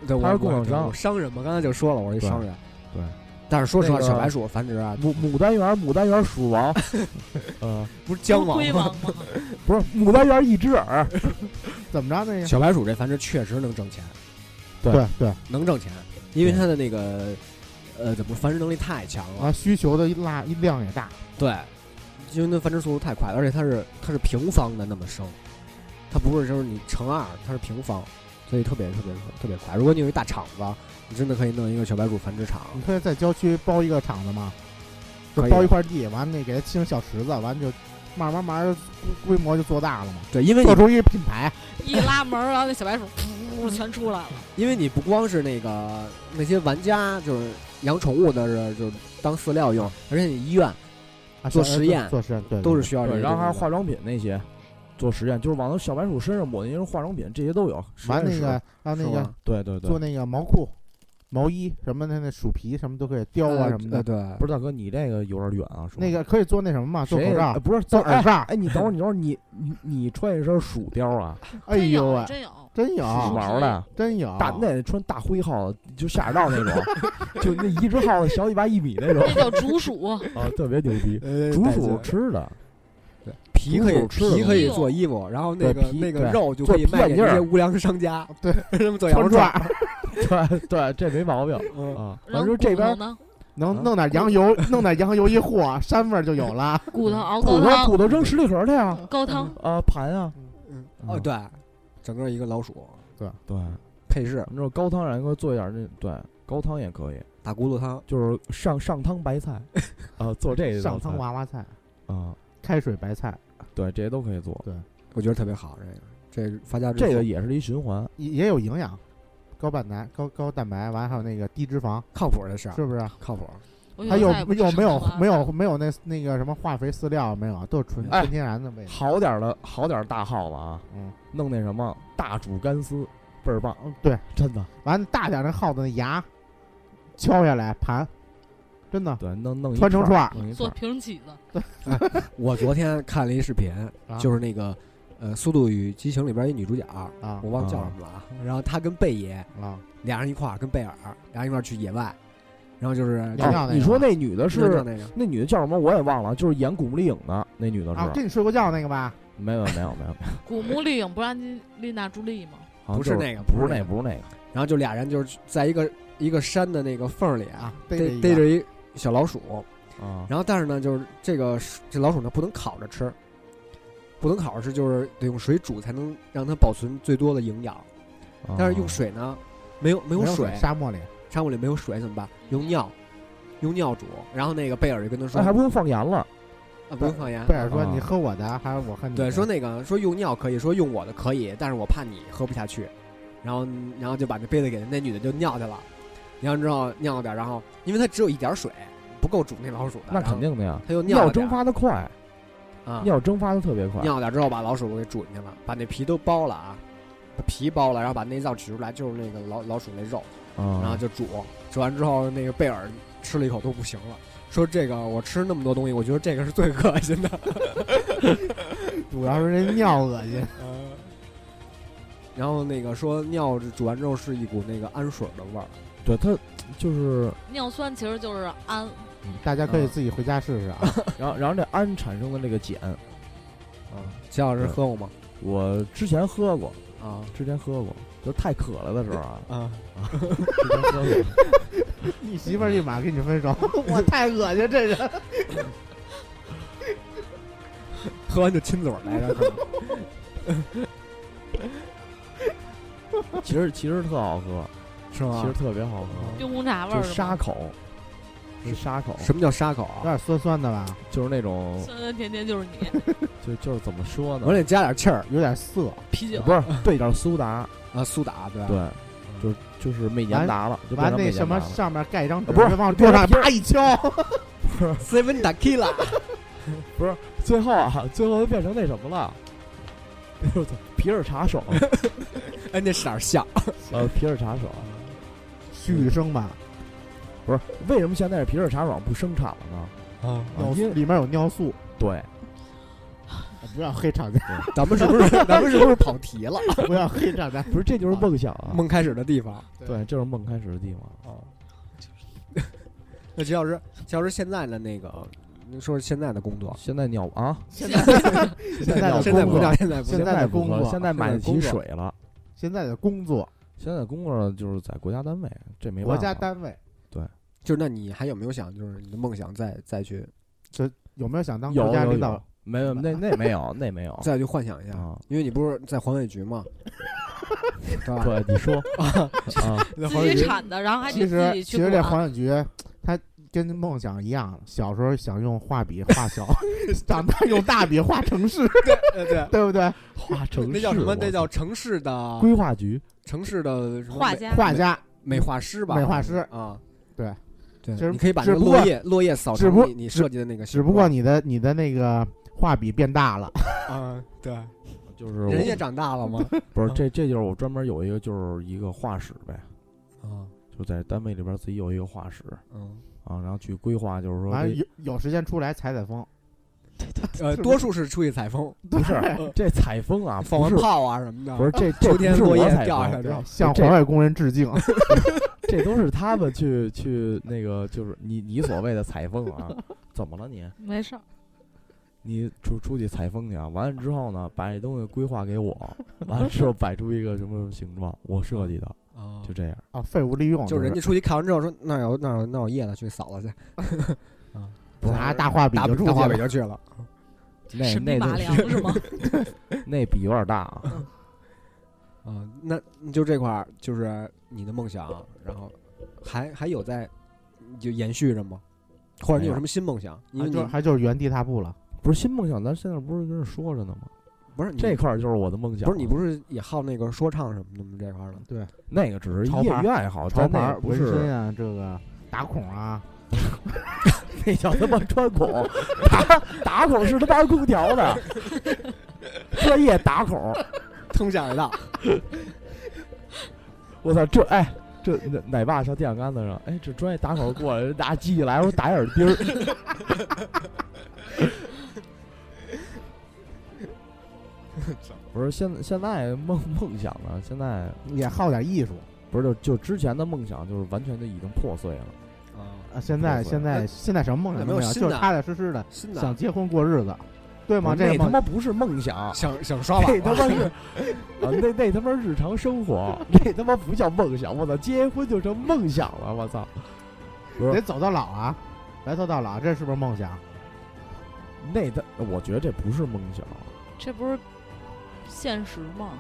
E: 对，我
D: 他是
E: 我
D: 供应商
E: 我商人嘛，刚才就说了，我是一
D: 对
E: 商人。
D: 对，
E: 但是说实话，
D: 那个嗯
E: 小白鼠繁殖啊，
D: 牡牡丹园，牡丹园鼠王，呃，
E: 不是姜
F: 龟
E: 吗？
F: 王吗？
D: 不是牡丹园一只
G: 啊
D: 耳，
G: 怎么着那个？
E: 小白鼠这繁殖确实能挣钱，
G: 对对
E: 能挣钱，因为
D: 对
E: 它的那个呃，怎么繁殖能力太强了
G: 啊，？需求的量量也大，
E: 对，因为它繁殖速度太快，而且它是它是平方的那么生，它不是就是你乘二，它是平方，所以特别特别特别快。如果你有一
D: 嗯
E: 大厂子，你真的可以弄一个小白鼠繁殖场。
G: 你可以在郊区包一个厂子嘛，啊就
E: 可以
G: 包一块地，完那给它砌成小池子，完就慢慢慢慢规模就做大了嘛，
E: 对，因为你
G: 做出一个品牌。
F: 一拉门儿，然后那小白鼠噗全出来了。
E: 因为你不光是那个那些玩家就是养宠物的是就是当饲料用，而且你医院
G: 啊
E: 做
G: 小
E: 实验
G: 做实验，对，
E: 都是
G: 对
E: 需要这
D: 对，
E: 个。
D: 然后还有化妆品那些，做实验就是往那小白鼠身上抹那些化妆品，这些都有。实
G: 完
D: 验
G: 那
D: 室
G: 个，还有
E: 是
G: 那
E: 吧
G: 个
D: 对对对
G: 做，那个毛裤、毛衣什么的，那鼠皮什么都可以貂啊
E: 呃
G: 什么的
E: 呃，对，
D: 不是大哥，你这个有点远啊。说
G: 那个可以做那什么嘛，做
D: 谁
G: 口罩
D: 哎、、不是
G: 做
D: 哎
G: 耳罩。
D: 哎，你等会儿，你等会儿，你你你穿一身鼠貂
G: [laughs]
D: 啊，
G: 哎
F: 真有
G: 呦喂，
F: 真有，
G: 真
D: 鼠
G: 有，
D: 毛的，
G: 真有，
E: 哦
D: 大那得穿大灰耗子，就下水道那种，就那一只耗子小尾巴一米那
F: [laughs]
D: 种
F: 那叫
G: [laughs]
F: 竹鼠，
D: 啊，特别牛逼。
E: 呃
D: 竹
E: 带
D: 鼠
E: 劲
D: 吃的，
E: 皮可以
D: 竹鼠吃的
E: 皮可以
F: 东西
E: 做衣服，然后那
D: 对
E: 个
D: 皮
E: 那个
D: 对
E: 肉就
D: 做
E: 可以
D: 皮
E: 卖给
D: 眼镜
E: 那
D: 儿
E: 些无良商家，
G: [laughs] 对，
E: 他们做羊
G: 穿
E: 肉
G: 串
E: 串
G: 儿
D: 对对，这没毛病
E: 嗯
D: 啊。
F: 然
D: 反
F: 后
D: 正这边
F: 呢，
G: 能
D: 啊
G: 弄点羊油，弄点羊油一和，膻味儿就有了。
F: 骨头熬
D: 骨
F: 高
D: 头
F: 汤，
D: 骨头扔十里河去呀，
F: 高汤
D: 啊盘啊，
E: 嗯，哦对，整个一个老鼠
D: 对，
E: 配饰
D: 你说高汤然后做一点那对高汤也可以，
E: 打骨头汤，
D: 就是上上汤白
E: [laughs]
D: 菜啊，做
E: 哎
D: 这一道
G: 上
D: 菜
G: 汤娃娃菜、
D: 啊，
G: 开水白菜，
D: 对，这些都可以做。
E: 我觉得特别好，这个这发家致
D: 这
E: 富
D: 个也是一循环，
G: 也也有营养，高蛋白、高高蛋白，完还有那个低脂肪，
E: 靠谱的事
G: 是
E: 儿，
G: 不是？
E: 靠谱。
F: 我以
G: 它
F: 为
G: 有
F: 再也不
G: 没有
F: 吃
G: 没有
F: 了
G: 没有没有那那个什么化肥饲料没有，都是纯
D: 哎
G: 纯天然的味道。
D: 好点儿的好点儿大耗子啊，
G: 嗯，
D: 弄那什么大煮干丝，倍儿棒，
G: 嗯对，
D: 真的。
G: 完了大点儿那耗子那牙敲下来盘，真的
D: 对，弄弄一
G: 穿成
D: 串
G: 串
D: 儿，
G: 儿，
D: 弄一
F: 做
D: 串儿
F: 瓶起子，
E: 我昨天看了一视频，
G: 啊
E: 就是那个呃《速度与激情》里边一女主角，
G: 啊
E: 我忘了叫什么了啊，然后她跟贝爷
G: 啊！
E: 俩人一块儿跟贝尔俩人一块儿去野外，然后就是
G: 尿哦尿那个
D: 哎你说那女的
E: 尿尿
D: 是
E: 那个
D: 那女的叫什么？我也忘了，就是演《古墓丽影》的那女的
G: 啊，
D: 是？
G: 跟你睡过觉那个吧？
D: 没有没有
E: [laughs]
D: 没有，
F: 古墓丽影布兰妮丽娜朱莉嘛，
D: 好像
E: 不是
D: 就是
E: 那个
D: 不
E: 不
D: 是
E: 是
D: 那
E: 那
D: 个
E: 个
D: 不是那个，
E: 然后就俩人就是在一个一个山的那个缝儿里
G: 啊，逮着
E: 逮
G: 一
E: 逮
G: 个
E: 着一小老鼠，
D: 啊，
E: 然后但是呢，就是这个这老鼠呢不能烤着吃，不能烤着吃，就是得用水煮才能让它保存最多的营养。但
D: 啊
E: 是用水呢，没有没有
G: 没有
E: 水，
G: 沙漠里
E: 沙漠里没有水怎么办？用尿，用尿煮。然后那个贝尔就跟他说，
D: 那还不用放盐了，
E: 啊不用放盐
G: 贝。尔说
D: 啊
G: 你喝我的还是我喝你的？
D: 嗯
E: 对，说那个说用尿可以，说用我的可以，但是我怕你喝不下去，然后然后就把那杯子给那女的就尿去了，尿完之后尿了点儿，然后因为它只有一点儿水，不够煮那老鼠的，
D: 那肯，定的呀，
E: 它又尿
D: 尿
E: 了点
D: 蒸
E: 儿
D: 发的快，
E: 啊，
D: 尿蒸发的特别快，
E: 尿点之后把老鼠给煮进去了，把那皮都剥了啊，把皮剥了，然后把内脏取出来，就是那个老老鼠那肉，
D: 啊，
E: 然后就煮，煮完之后那个贝尔吃了一口都不行了，说这个我吃那么多东西，我觉得这个是最恶心的。
G: 主要是人尿恶心。
E: 然后那个说尿煮完之后是一股那个氨水的味儿，
D: 对它就是，
F: 尿酸其实就是氨，
G: 大家可以
E: 啊
G: 自己回家试试啊。 [laughs]
D: 然后然后这氨产生的这个碱，
E: 啊，齐老师喝过吗？
D: 我之前喝过，
E: 啊
D: 之前喝过，就太渴了的时候啊，
E: 啊，
D: 之前喝过。
G: 你媳妇儿立马跟你分手， [laughs] 我太恶心这人。
E: 喝完就亲嘴儿来 [laughs] 着，可能
D: 其实其实特好喝，其
E: 是
D: 实
E: 吗？
D: 特别好喝，
F: 冰红茶味
D: 就
F: 儿
D: 是
F: 的嘛
D: 沙，口，是沙口，
E: 什么叫沙口
G: 有
E: 啊？
G: 点酸酸的吧，
D: 就是那种
F: 酸酸甜甜就是你，
D: 就就是怎么说呢
E: 我？得加点气儿
G: 有点涩。
F: 啤酒
D: 不是
G: [laughs]
D: 兑点苏打，
E: 啊，苏打对吧？
D: 对，就就是美年达了，就变
G: 嗯完
D: 成
G: 那
D: 美
G: 什
D: 年
G: 么
D: 达了。
G: 上面盖一张纸，
D: 啊不是
G: 别往桌上啪一敲，
E: ，seven tequila，
D: 最后啊，最后就变成那什么了。我操皮尔茶
G: [laughs]
D: 手，
E: 哎，那色儿像，
D: 呃，皮尔茶手
G: 嗯嘘一声吧，
D: 不是为什么现在皮尔茶爽不生产了呢？
E: 啊，
G: 尿
D: 因
G: 素
D: 为
G: 里面有尿素， [laughs]
D: 对，
G: 不要黑厂家，
E: 咱们是不 [laughs] 是咱们是不是跑题了？
G: [laughs] 不要黑厂家。
D: 不是这就是梦想啊，
E: 梦开始的地方。
D: 对，这是梦开始的地方。
G: 哦
E: 啊，那齐老师，齐老师现在的那个，您说现在的工作，
D: 现在鸟啊，
G: 现在现在
D: 啊
G: 的
E: 现在
G: 工
E: 不
G: 作
E: 叫，现在不
G: 现
E: 叫
G: 在的
D: 不喝
G: 工作
D: 现在买得起水了。
G: 现在的工作，
D: 现在工作就是在国家单位，这没办
G: 国
D: 法
G: 家单位
E: 就是那你还有没有想，就是你的梦想再再去
G: 有没有想当
D: 有
G: 国家
D: 有
G: 领
D: 有
G: 导？
D: 没有那那没有那没有
E: 再去幻想一下？
D: 啊。
E: 因为你不是在环卫局吗？对吧？ [laughs]
D: 对，你说啊，
E: 在环
F: 自
E: [laughs] 卫
F: 己
E: 局
F: 产的，然后还
G: 其
F: 得自
G: 实
F: 己
G: 其
F: 去
G: 实这
F: 管，
G: 环卫局，它跟梦想一样，小时候想用画笔画小，长大用大笔画城市，
E: 呃对，
G: 对不
F: [laughs]
G: 对？
D: 画城市，
E: [laughs] 那叫什么？
D: 我
E: 那叫城市的
D: 规划局。
E: 城市的什么
F: 画
E: 美
F: 家
G: 画家
E: 美化师吧？
G: 美化师
E: 啊，
G: 对
E: 对
G: 只，
E: 你可以把
G: 只
E: 这个
G: 不
E: 落
G: 过
E: 叶落叶扫
G: 只不
E: 成你你设计的那个形
G: 只
E: 状，
G: 不过你的你的那个画笔变大了，
E: 啊，对，
D: 就是
E: [laughs] 人也
D: 我
E: 长大了吗？
D: 不是
E: 啊
D: 这这就是我专门有一个就是一个画室呗，
E: 啊，
D: 就在单位里边自己有一个画室
E: 嗯，
D: 啊，然后去规划，就是说
G: 完了
D: 这
G: 有有时间出来采采风，
E: 呃，多数是出去采风，
D: 不是这采风啊，
E: 放
D: 不
E: 完
D: 是
E: 炮啊什么的，
D: 不是
E: [laughs]
D: 这这
E: 秋
D: 不
E: 天
D: 是
E: 落
D: 我
E: 叶
D: 采
E: 掉下
D: 风，
E: 来之后，
G: [laughs] 向
D: 这
G: 环卫工人致敬。
D: 这都是他们去去那个就是你你所谓的采风
E: [laughs]
D: 啊，怎么了你？
F: 没事儿，
D: 你出出去采风去啊，完了之后呢，把这东西规划给我，完了之后摆出一个什么什么形状，我设计的，
E: 啊
D: 就这样。
G: 啊，废物利用
E: 就是人
G: 是
E: 家出去看完之后说那儿有那儿有那儿有叶子，去扫了去，啊，
G: 拿大画笔
E: 大
G: 就
E: 笔
G: 出
E: 大
G: 去
E: 画笔
G: 了，
E: 就去了，
D: 那
F: 神笔
D: 那
F: 马
D: 那
F: 良
G: [laughs]
F: 是吗？
D: [laughs] 那笔有点大啊，
E: 啊，那你就这块儿就是你的梦想，然后还还有在就延续着吗？或者你有什么新梦想？因
G: 还
E: 为你
G: 就还就是原地踏步了。
D: 不是新梦想，咱现在不是跟这说着呢吗？
E: 不是你
D: 这块儿就是我的梦想。
E: 不是你不是也好那个说唱什么的吗？这块 [laughs] 儿的
G: 对，
D: 那个只是
G: 潮
D: 业
G: 牌
D: 余爱好，
G: 潮
D: 咱
G: 牌
D: 那
G: 儿
D: 不
G: 纹身
D: 是
G: 啊，这个打孔啊，
D: [laughs] 那叫他妈穿孔，打打孔是他妈空调的，专业打孔。
E: 通下水道，
D: 我操，这哎。这奶奶爸上电线杆子上，哎，这专业打孔过来，拿机器来，我打一耳钉儿。 [laughs] 不是现现在梦梦想呢？现在
G: 也好点艺术
D: 不是就就之前的梦想，就是完全就已经破碎了。
E: 啊，
G: 啊。现在
D: 不错
G: 现在现在什么梦
E: 那
G: 想
E: 没
G: 都
E: 有
G: 没有，
E: 新
G: 就是
E: 的
G: 踏踏实实的
E: 新的
G: 想结婚过日子，对吗？这
D: 那
G: 个
D: 他
G: 梦
D: 妈不是梦
G: [laughs]
D: 想，
E: 想想刷
D: 那他
E: 碗
D: 妈是 [laughs] 啊，那那他妈日常生活，
G: [laughs]
D: 那他妈不叫梦想。我操，结婚就成梦想了，我操，不是
G: 得走到老啊，白头到老，这是不是梦想？
D: 那他我觉得这不是梦想，
F: 这不是现实吗？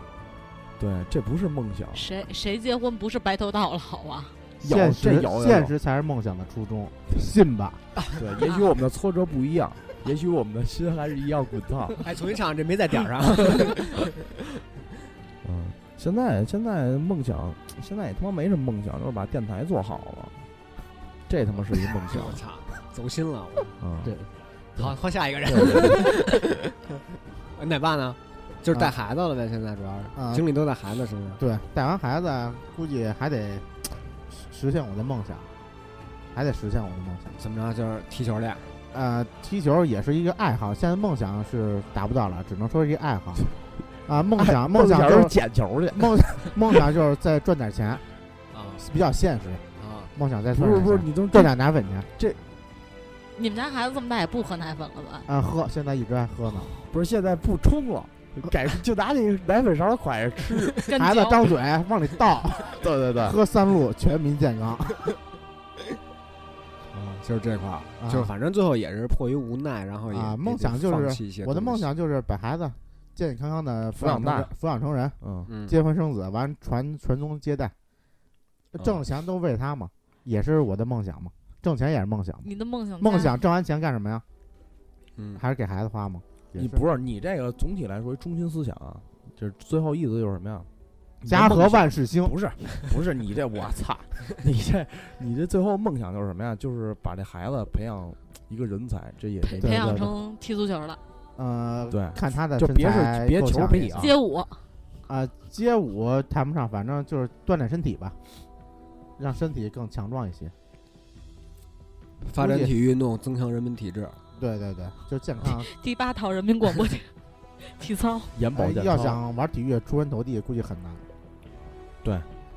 D: 对，这不是梦想。
F: 谁谁结婚不是白头到老啊？
D: 有
G: 现
D: 这
G: 实
D: 有有
G: 现
D: 有
G: 实才是梦想的初衷，信吧。
D: [laughs] 对，也许我们的挫折不一样，也许我们的心还是一样滚烫。
E: 哎，重新唱，这没在点儿 [laughs] 上。
D: 嗯，现在现在梦想，现在也他妈没什么梦想，就是把电台做好了，这他妈是一梦 [laughs] 想
E: 我操，走心了。我
D: 啊！
G: 对
E: [laughs] 好，换下一个人。呃
D: 对，
E: 奶爸呢？就是带
G: 啊
E: 孩子了呗，现在主要
G: 啊
E: 是精力都在孩子身上。
G: 对，带完孩子啊估计还得实现我的梦想，还得实现我的梦想。
E: 怎么着？就是踢球去。
G: 呃，踢球也是一个爱好，现在梦想是达不到了，只能说是一个爱好。啊，
D: 哎
G: 梦
D: [laughs]
G: 想梦想
D: 想
G: 就是是
D: 捡球去，
G: 梦梦想就是再赚点钱，
E: 啊
G: 比较现实。
E: 啊！
G: 梦想再
D: 不
G: 赚
D: 是
G: 点
D: 不是，
G: 钱
D: 你都
G: 赚点奶粉钱
F: 你们家孩子这么大也不喝奶粉了吧？
G: 啊，喝现在一直在喝呢。
D: 不是现在不冲了，改就拿那个奶粉勺蒯着吃。
F: 跟
G: 孩子
F: 嚼
G: 张嘴往里
F: [laughs]
G: 倒，
D: [laughs] 对对对，
G: 喝三鹿，全民健康。
E: 啊，就是这块儿，
G: 啊
E: 就是反正最后也是迫于无奈，然后也
G: 啊
E: 也
G: 梦
E: 得
G: 想就是
E: 放弃一些
G: 我的
E: 东
G: 梦
E: 西，
G: 想就是把孩子健健康康的抚
D: 抚养
G: 养成人抚养成人，
D: 嗯，
E: 嗯，
G: 结婚生子，完传传宗接代，挣
E: 啊
G: 了钱都为他嘛，也是我的梦想嘛，挣钱也是梦想嘛。
F: 你的梦想
G: 梦
F: 家
G: 想挣完钱干什么呀？
E: 嗯，
G: 还是给孩子花吗？也
D: 你
G: 是
D: 不是你这个总体来说中心思想啊，就是最后意思就是什么呀？
G: 家和万事兴，
D: 不是不是你这我操，你这你这最后梦想就是什么呀？就是把这孩子培养一个人才，这也
F: 培
G: 对
F: 培养
G: 对对
F: 成踢足球了，
G: 呃，
D: 对
G: 看他的
D: 就
G: 身
D: 别是
G: 材
D: 别
G: 够
D: 球
G: 呛
D: 比啊，
F: 街舞
G: 啊，街舞谈不上，反正就是锻炼身体吧，让身体更强壮一些。
E: 发展
G: 估计
E: 体育运动，增强人民体质。
G: 对对对，就健康。
F: 第八套人民广播电体操，
D: 眼保
G: 哎
D: 健
G: 要
D: 操，
G: 想玩体育出人头地，估计很难。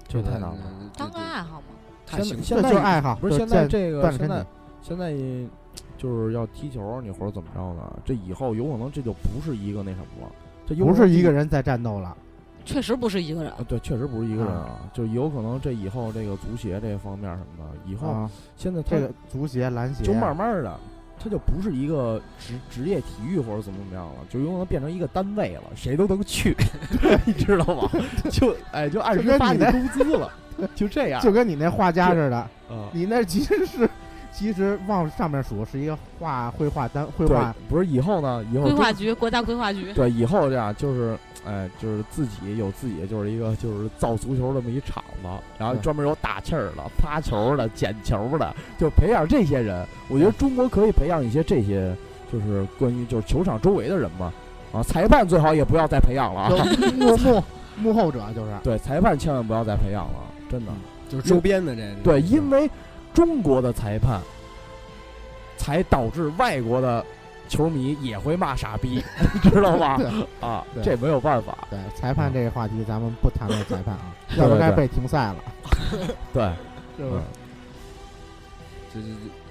D: 这太
E: 对
D: 难
E: 对
D: 了。
E: 对
F: 当个
E: 对
F: 爱好嘛。
E: 嗯太
D: 现
E: 幸
D: 现
G: 这
D: 在
G: 就是爱好，
D: 不是
G: 就
D: 现在
G: 健
D: 这个
G: 锻炼
D: 现
G: 身
D: 在
G: 体。
D: 现在就是要踢球，你或者怎么着呢？这以后有可能这就不是一个那什么了，这有
G: 不
D: 可能
G: 是一个人在战斗了，
F: 确实不是一个人
D: 啊，，对，确实不是一个人
G: 啊
D: 啊，就有可能这以后这个足协这方面什么的，以后
G: 啊，
D: 现哦在他
G: 这个足协、篮协，
D: 就慢慢的，他就不是一个职职业体育或者怎么怎么样了，就有可能变成一个单位了，谁都能去，你知道吗？就哎，就按
G: 就
D: 时
G: 跟
D: 发
G: 你
D: 你
G: 那
D: 工资了，就这样
G: 就跟你那画家似的，
D: 啊。
G: 你那其实是其实往上面数是一个画绘画单绘
D: 对 [laughs]
G: 画，，
D: 不是以后呢？以后
F: 规
D: 中
F: 划局，国家规划
G: [laughs]
F: 局，
D: 对以后这样就是，哎，就是自己有自己就是一个就是造足球这么一场子，然后
E: 嗯
D: 专门有打气儿的、发球的、捡球的，就培养这些人。我觉得中国可以培养一些这些，就是关于就是球场周围的人嘛。啊，裁判最好也不要再培养了啊。
G: 有幕幕幕后者就是
D: [laughs] 对，裁判千万不要再培养了，真
G: 嗯
D: 的。
E: 就是周边的这
D: 对，
E: 这
D: 因为中国的裁判，才导致外国的球迷也会骂傻逼， [laughs] 知道吗？啊，
G: [laughs] 对
D: 这没有办法。
G: 对裁判这个话题，咱们不谈论裁
D: [laughs]
G: 判啊，
D: 嗯对
G: 要不该
D: 对
G: 被停赛了，
D: [laughs] 对，嗯
G: 是吧？
E: 这这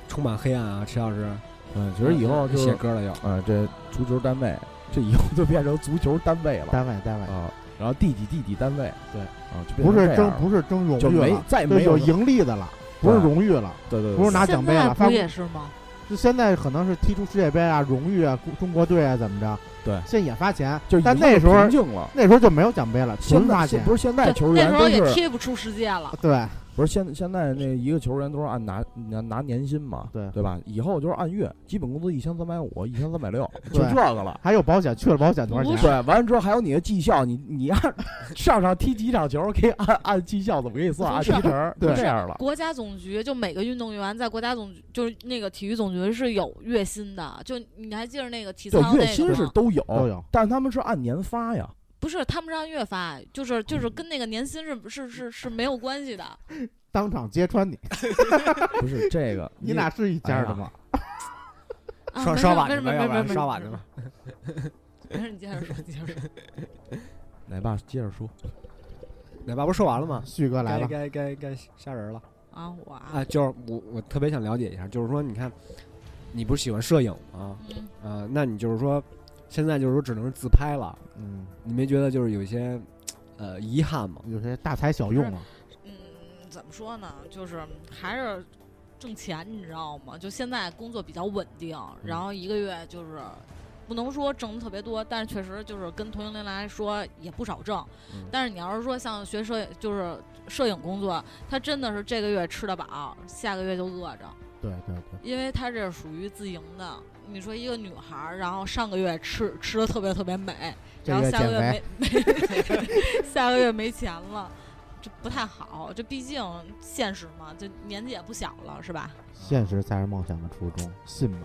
E: 充满黑暗啊，池老师。
D: 嗯，觉得以
G: 呃
D: 后就
E: 写
D: 是，
E: 歌了又，
D: 嗯，这足球单位，这以后就变成足球单位了
G: 单位单位
D: 啊。然后地几地几单位，
G: 对
D: 啊，就变
G: 不
D: 成
G: 是
D: 这
G: 争
D: 样了
G: 不是争荣
D: 就
G: 誉
D: 没
G: 了，
D: 再
G: 对
D: 没
G: 有
D: 有
G: 盈利的了，不是
D: 对
G: 荣誉了。
D: 对对对，
G: 不是拿
F: 现
G: 奖杯
F: 在
G: 了发
F: 不
G: 布
F: 也是吗？
G: 就现在可能是踢出世界杯啊、荣誉啊、中中国队啊怎么着？
D: 对
G: 现在也发钱，
D: 就
G: 但
D: 已经
G: 那时候
D: 平静了。
G: 那时候就没有奖杯了，纯
D: 现
G: 发
D: 在
G: 钱
D: 现。不是现在
F: 对
D: 球
F: 那
D: 员
F: 时
D: 都
F: 候也
D: 是
F: 踢不出世界了，
G: 对，
D: 不是现现在那一个球员都是按拿拿拿年薪嘛，
G: 对
D: 对吧？以后就是按月，基本工资一千三百五、一千三
G: [laughs]
D: 百六，就
G: 对
D: 这个了。
G: 还有保险，去了保险多少
F: 不
G: 钱？
D: 对，完了之后还有你的绩效，你你按上场踢几场球，给按按绩效怎么给你算，按
F: 不
D: 提
F: 是
D: 成，就
G: 对
D: 这样了。
F: 国家总局就每个运动员在国家总局就是那个体育总局是有月薪的，就你还记得那个体
D: 对
F: 操，
D: 月
F: 那个
D: 薪是
F: 吗？
D: 都有，
G: 啊都有
D: 但他们是按年发
G: [laughs]
D: 呀。
F: 不是，他们是按月发，就是就是跟那个年薪是是是是没有关系的。
G: 当场揭穿你，
D: 不是这个，
G: [laughs] 你俩是一家的
D: 哎
G: 吗？
F: 啊
E: 刷
F: 没事
E: 刷碗
F: 没
E: 去
F: 事
E: 吧，
F: 没事
E: 要不
F: 没
E: 然
F: 事
E: 刷碗
F: 没
E: 去
F: 事
E: 吧。
F: 没事，你接着说，你接着说。
D: 奶爸接
G: [laughs]
D: 着说，
E: 奶爸不是说完了吗？
G: 旭哥来
E: 该
G: 了，
E: 该该该吓人了
F: 啊，我啊
E: 啊！，就是我我特别想了解一下，就是说你看，你不是喜欢摄影吗？
F: 嗯，
E: 啊，那你就是说，现在就是说只能是自拍了，
G: 嗯，
E: 你没觉得就是有一些呃遗憾吗？
G: 有些大材小用啊。
F: 嗯，怎么说呢？就是还是挣钱，你知道吗？就现在工作比较稳定，
E: 嗯
F: 然后一个月就是不能说挣的特别多，但是确实就是跟同龄人来说也不少挣。
E: 嗯
F: 但是你要是说像学摄，就是摄影工作，他真的是这个月吃得饱，下个月就饿着，
G: 对对对，
F: 因为他这是属于自营的。你说一个女孩儿，然后上个月吃吃的特别特别美，
G: 这
F: 然后
G: 月
F: 下
G: 减
F: 个月
G: 肥，
F: 没没下个月没 [laughs] 钱了，这不太好。这毕竟现实嘛，这年纪也不小了，是吧？
G: 现实才是梦想的初衷，信吗？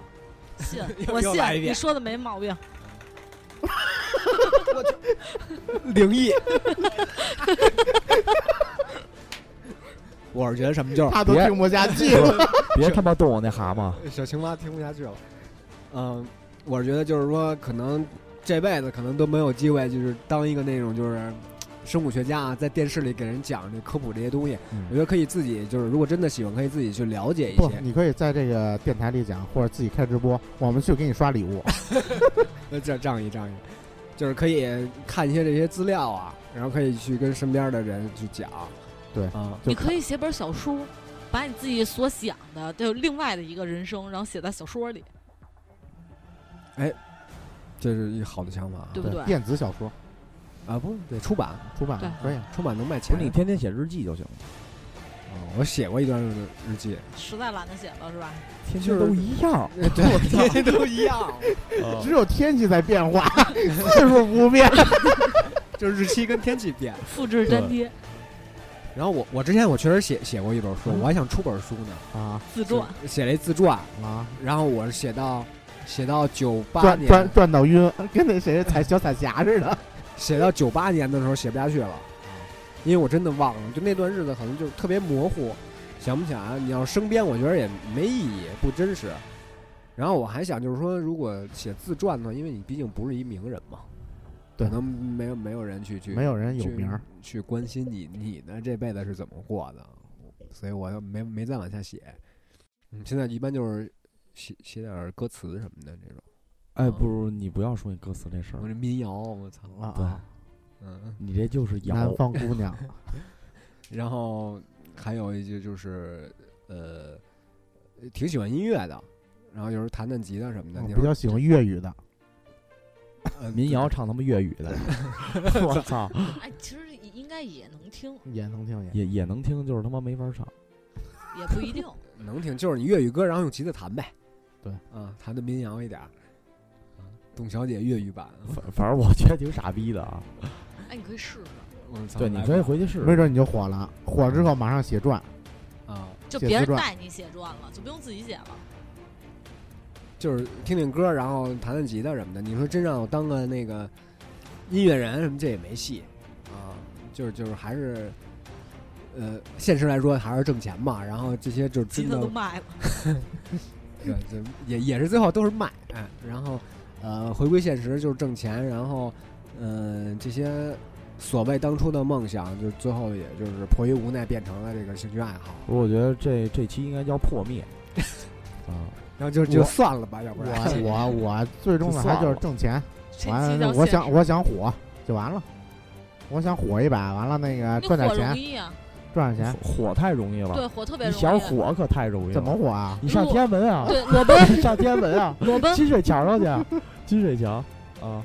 F: 信
E: [laughs] 又
F: 我
E: 又
F: 信
E: 来一，遍
F: 你说的没毛病。
E: [laughs] 灵异。 [laughs] 我是觉得什么就是
G: 他都
D: 别
G: 听不下去了。
D: 别他妈动我那蛤蟆。
E: [laughs] 小青蛙听不下去了。嗯，我是觉得就是说，可能这辈子可能都没有机会，就是当一个那种就是生物学家啊，在电视里给人讲这科普这些东西。
G: 嗯
E: 我觉得可以自己就是，如果真的喜欢，可以自己去了解一
G: 不，
E: 些。
G: 你可以在这个电台里讲，或者自己开直播，我们去给你刷礼物。
E: 呃，这仗义仗义，就是可以看一些这些资料啊，然后可以去跟身边的人去讲。
G: 对
E: 啊，
G: 就
F: 你可以写本小说，把你自己所想的，就另外的一个人生，然后写在小说里，
E: 这是一个好的想法啊。
F: 对不对？
G: 电子小说
E: 啊，不对，出版
G: 出版
F: 对
G: 可以，
E: 出版能卖
D: 不
E: 钱
D: 是。你天天写日记就行了，
E: 啊我写过一段日日记，
F: 实在懒得写了，是吧？
D: 天天
E: 就是
D: 都一
G: 啊
D: 样。
E: [laughs] [laughs] 对，天天都一样。
G: 只有天气在变 [laughs] 化，次数不变。
E: [laughs] 就是日期跟天气变。
F: 复制粘贴
E: 然后我我之前我确实写写过一本书，
G: 嗯
E: 我还想出本书呢，
G: 啊
F: 自传，
E: 写了一自传，
G: 啊，
E: 然后我是写到写到九八
G: 转转
E: 年，
G: 转到晕，跟那谁彩小彩霞似的。
E: 写到九八年的时候写不下去
G: 啊
E: 了，因为我真的忘了，就那段日子可能就特别模糊，想不起来。你要生编，我觉得也没意义，不真实。然后我还想就是说，如果写自传呢，因为你毕竟不是一名人嘛，
G: 对
E: 可能没有没有人去去
G: 没有人有名儿，
E: 去关心你你呢这辈子是怎么过的，所以我就没没再往下写。嗯，现在一般就是写写点儿歌词什么的这种，
D: 哎，不如你不要说你歌词这事儿
E: 我，这民谣，我操，
G: 啊
D: 对
G: 啊，
E: 嗯，
D: 你这就是谣。
G: 南方姑娘，
E: 然后还有一句就是呃，挺喜欢音乐的，然后有时候弹弹吉他什么的，
G: 我
E: 你
G: 哦
E: 呃
G: 比较喜欢粤语的。
E: 欢
D: 民谣唱他妈粤语
G: [laughs]
D: 的，我操，
F: 哎，其实应该也能听，
G: 也能听也
D: 也也能听，就是他妈没法唱。
F: [laughs] 也不一定。
E: 能听，就是你粤语歌，然后用吉他弹呗。
G: 对，
E: 啊，弹的民谣一点儿。啊董小姐粤语版，
D: 反反正我觉得挺傻逼的啊。
F: 哎，你可以试试，
E: 我操
D: 对，你可以回去试
G: 啊没
D: 试。
G: 准你就火了，火之后马上写传，
E: 啊，
F: 就
G: 写
F: 别
G: 自传
F: 人带你写传了，就不用自己写了。
E: 就是听听歌，然后弹弹吉他什么的。你说真让我当个那个音乐人什么，这也没戏啊。就是就是还是，呃，现实来说还是挣钱嘛。然后这些就是
F: 吉
E: 真
F: 他
E: 的
F: 都卖了，
E: [laughs] 对，就也也是最后都是卖，哎，然后呃回归现实就是挣钱，然后嗯、呃这些所谓当初的梦想，就最后也就是迫于无奈变成了这个兴趣爱好，
D: 我觉得这这期应该叫破
G: [laughs]
D: 灭啊。
E: 然后就就算了吧，要不
G: 我
E: 然 [laughs]
G: 我我最终的还就是挣钱，
F: [laughs] 这期
G: 完了
F: 叫
G: 我
F: 现
G: 想
F: 实
G: 我想火就完了，我想火一把，完了那个
F: 那
G: 赚点
F: 火容
G: 钱
F: 易啊，
G: 赚点钱，
D: 火太容易了，
F: 对，火特别
D: 你
F: 容易。啊
D: 想火可太容易了。
G: 怎么？火啊？
D: 你上天安门啊？
F: 对，裸奔，
D: [laughs] 上天安门啊？
F: [laughs] 裸奔，
D: 金水桥上去
F: [laughs]
D: 啊，金水桥啊。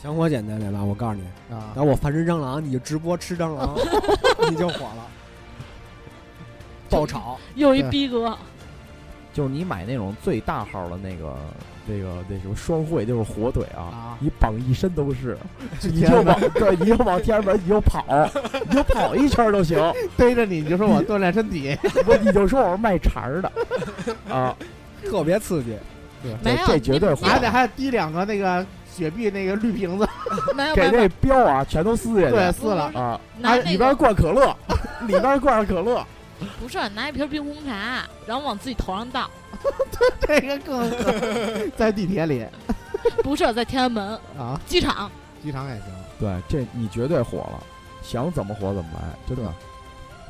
E: 想火简单点吧，我告诉你，
G: 啊
E: 然，后我翻身蟑螂，你就直播吃蟑螂， [laughs] 你就火了，爆炒，
F: 又一
G: 对
F: 逼哥，
D: 就是你买那种最大号的那个那个那什么双汇就是火腿啊
G: 啊，
D: 你绑一身都是，你就往对，你就往天安门，你就跑，你就跑一圈儿都行，
G: [laughs]
F: [laughs]
G: 逮着你就说我锻炼身体， [laughs]
D: 我你就说我是卖肠儿
F: [laughs]
D: 的啊，
E: 特别刺激。
F: 没
D: 这
F: 有
D: 这
F: 你
D: 绝对
F: 你
D: 火
G: 还得还得滴两个那个雪碧那个绿瓶子，
F: [laughs] 没有没
D: 给
F: 有没有
D: 那标啊全都撕下
G: 对，
D: 去
G: 撕了。
D: 啊，
F: 拿
D: 啊
F: 那
D: 里边
F: 个
D: 灌可
F: [laughs]
D: 乐，里边灌着可乐，
F: 不是拿一瓶冰红茶，然后往自己头上倒，
G: 这个更
F: [laughs]
G: 狠在地铁里
F: 不是在天安门
G: 啊，
F: 机场，
G: 机场也行。
D: 对，这你绝对火了，想怎么火怎么来，真的。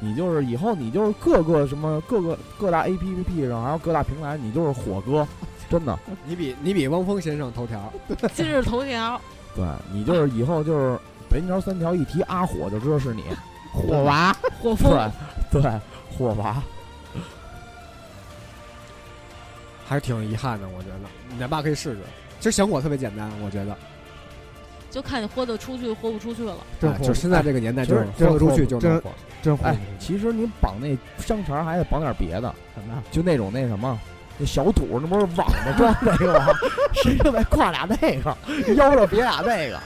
D: 你就是以后你就是各个什么各个各大 A P P 上，还有各大平台，你就是火
E: [laughs]
D: 哥，真的。
E: 你比你比汪峰先上头条，
F: 今日头条，
D: 对你就是以后就是北京条三条一提阿火就知道
E: [laughs]
D: 是你，
G: 火娃，
F: 火风，
D: 对对火娃，
E: 还是挺遗憾的，我觉得你来吧可以试试。其实想火特别简单，我觉得，
F: 就看你豁得出去豁不出去了。
G: 真
E: 哎
G: 火
E: 就是现在这个年代，
D: 哎
E: 就是
G: 真
E: 豁得出去
G: 真
E: 就能火。
G: 真火
D: 哎，其实你绑那香肠还得绑点别的，
G: 什么呀？
D: 就那种那什么。那小肚那不是网子装那个吗？ [laughs] 谁就得挎俩那个，腰上别俩那个，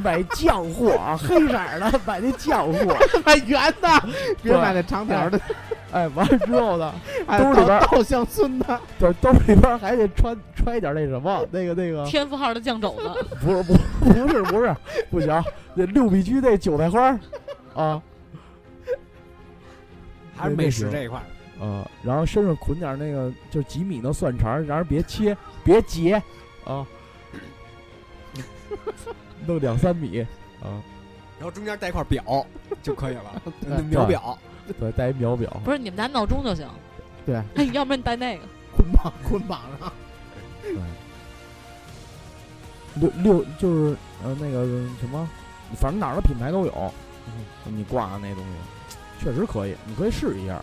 D: 买酱货啊，黑色儿的，买那啊酱货，
G: 买圆的，别
D: 对
G: 买那长条的，
D: 哎，完了之后呢，
G: 哎
D: 兜里边
G: 稻稻香村的，
D: 就是兜里边还得穿揣一点那什么，那个那个，
F: 天赋号的酱肘子，
D: 不是不不是不是，不行，那六必居那韭菜花儿啊
E: [laughs] 还是美食这一块儿，
D: 啊，然后身上捆点那个就是几米的蒜肠儿，然而别切别截啊，弄两三米啊，
E: [laughs] 然后中间带块 [laughs] 表就可以了，
G: 对
E: 秒表。
D: 对，带一秒表，
F: 不是你们拿闹钟就行。
G: 对，
F: 哎，要不然你带那个，
G: 捆绑捆绑上，
D: 六六就是呃那个什么，反正哪儿的品牌都有，你挂的那东西确实可以，你可以试一 [laughs] 下。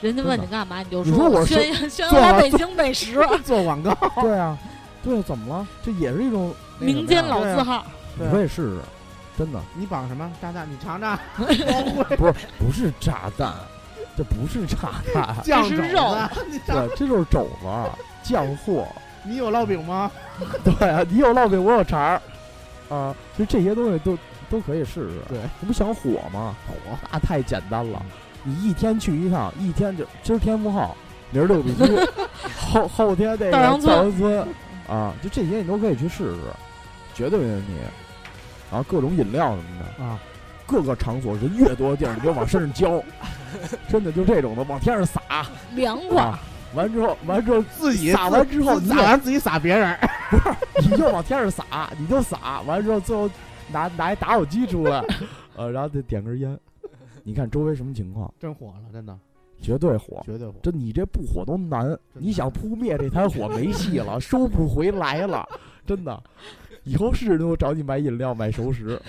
F: 人家问
D: 真的
F: 你干嘛，你就
D: 你说我是
F: 宣扬宣
D: 做
F: 扬
D: 了
F: 北京美食，
G: 做广告，
D: 对啊，对，怎么了？这也是一种那什么
F: 民间
D: 呀
F: 老
G: 对啊
F: 字号。
D: 你可以试试，真的
G: 你绑什么炸弹？你尝
F: [laughs]
G: 尝，，
D: 不是炸弹，这不是炸
F: [laughs]
D: 弹
G: 酱
F: 是
G: 肘
F: 肉
G: 子， [laughs] 你尝，
D: 对，这就是肘子酱货。
G: 你有烙饼吗？
D: 对啊，你有烙饼，我有肠儿，啊，其实这些东西都都可以试试。
G: 对，
D: 你不想火吗？火那太简单了，你一天去一趟，一天就今儿天赋号，明儿六必 [laughs] 居，后后天那个
F: 稻香村
D: 稻香村啊，就这些你都可以去试试，绝对没问题。然后各种饮料什么的，
G: 啊，
D: 各个场所人越多的地儿，你就往身上 [laughs] 浇，真的就这种的往天上撒。
F: 凉快
D: 啊，完之后，完之后
G: 自己
D: 撒完之后
G: 自
D: 你
G: 撒
D: 也
G: 完自己撒别人，
D: [laughs] 你就往天上撒，你就撒，完之后最后拿拿一打火机出来，呃，然后再点根烟，你看周围什么情况，
G: 真火了，真的
D: 绝对火。
G: 绝对火。
D: 这你这不火都难，
G: 真
D: 你想扑灭这滩火没戏了，收不回来了，真的。以后是人都找你买饮料、买熟食，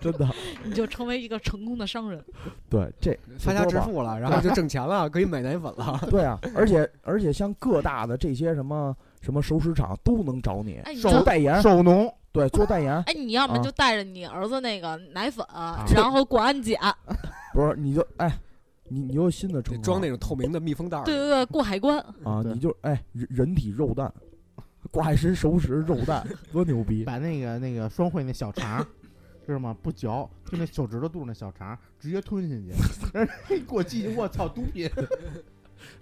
D: 真的。
F: 你就成为一个成功的商人。
D: 对，这
E: [laughs] 发家致
D: 富。
E: 富了，然后就挣钱了，可以买奶粉了。
D: 对啊，而且而且像各大的这些什么什么熟食厂都能找你
F: 哎，你
D: 做
F: 就
D: 代言，
G: 手农
D: 对，做代言
F: 哎，你要么
D: 啊
F: 就
D: 啊
F: 带着你儿子那个奶粉，然后管安检，
D: 不是你就哎，
A: 你你又新的
E: [laughs] 得
A: 称号
E: 装那种透明的密封袋儿
F: 对对对，过海关，
A: 啊，
G: 对
A: 你就哎人人体肉蛋，挂一身熟食肉蛋，多牛逼！
G: 把那个那个双汇那小肠儿，知道吗？不嚼，就那手指头肚那小肠儿，直接吞 [laughs] 进去，让人过激进，我操，毒品！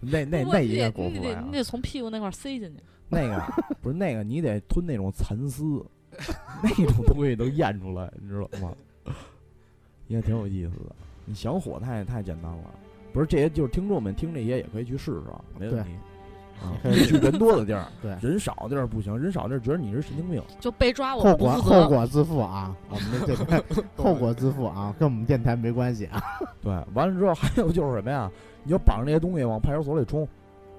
D: 那那
F: 不
D: 那
F: 你
D: 应
F: 得
D: 该过
F: 你
D: 不
F: 得
D: 来啊
F: 你，得从屁股那块儿塞进去。
D: 那个不是那个，你得吞那种蚕丝， [laughs] 那种东西能咽出来，你知道吗？也挺有意思的。你想火太太简单了，不是这些就是听众们听这些也可以去试试，啊，没问题。啊
G: 对
D: 你去人多的地儿，
G: 对
D: 人少的地儿不行，人少地儿觉得你是神经病。
F: 就被抓我
G: 后
F: 不
G: 果
F: 负
G: 后
F: 责，
G: 果自负啊，我们的这 [laughs] 个后果自负啊，跟我们电台没关系啊。
D: 对，完了之后还有就是什么呀？你就绑着这些东西往派出所里冲，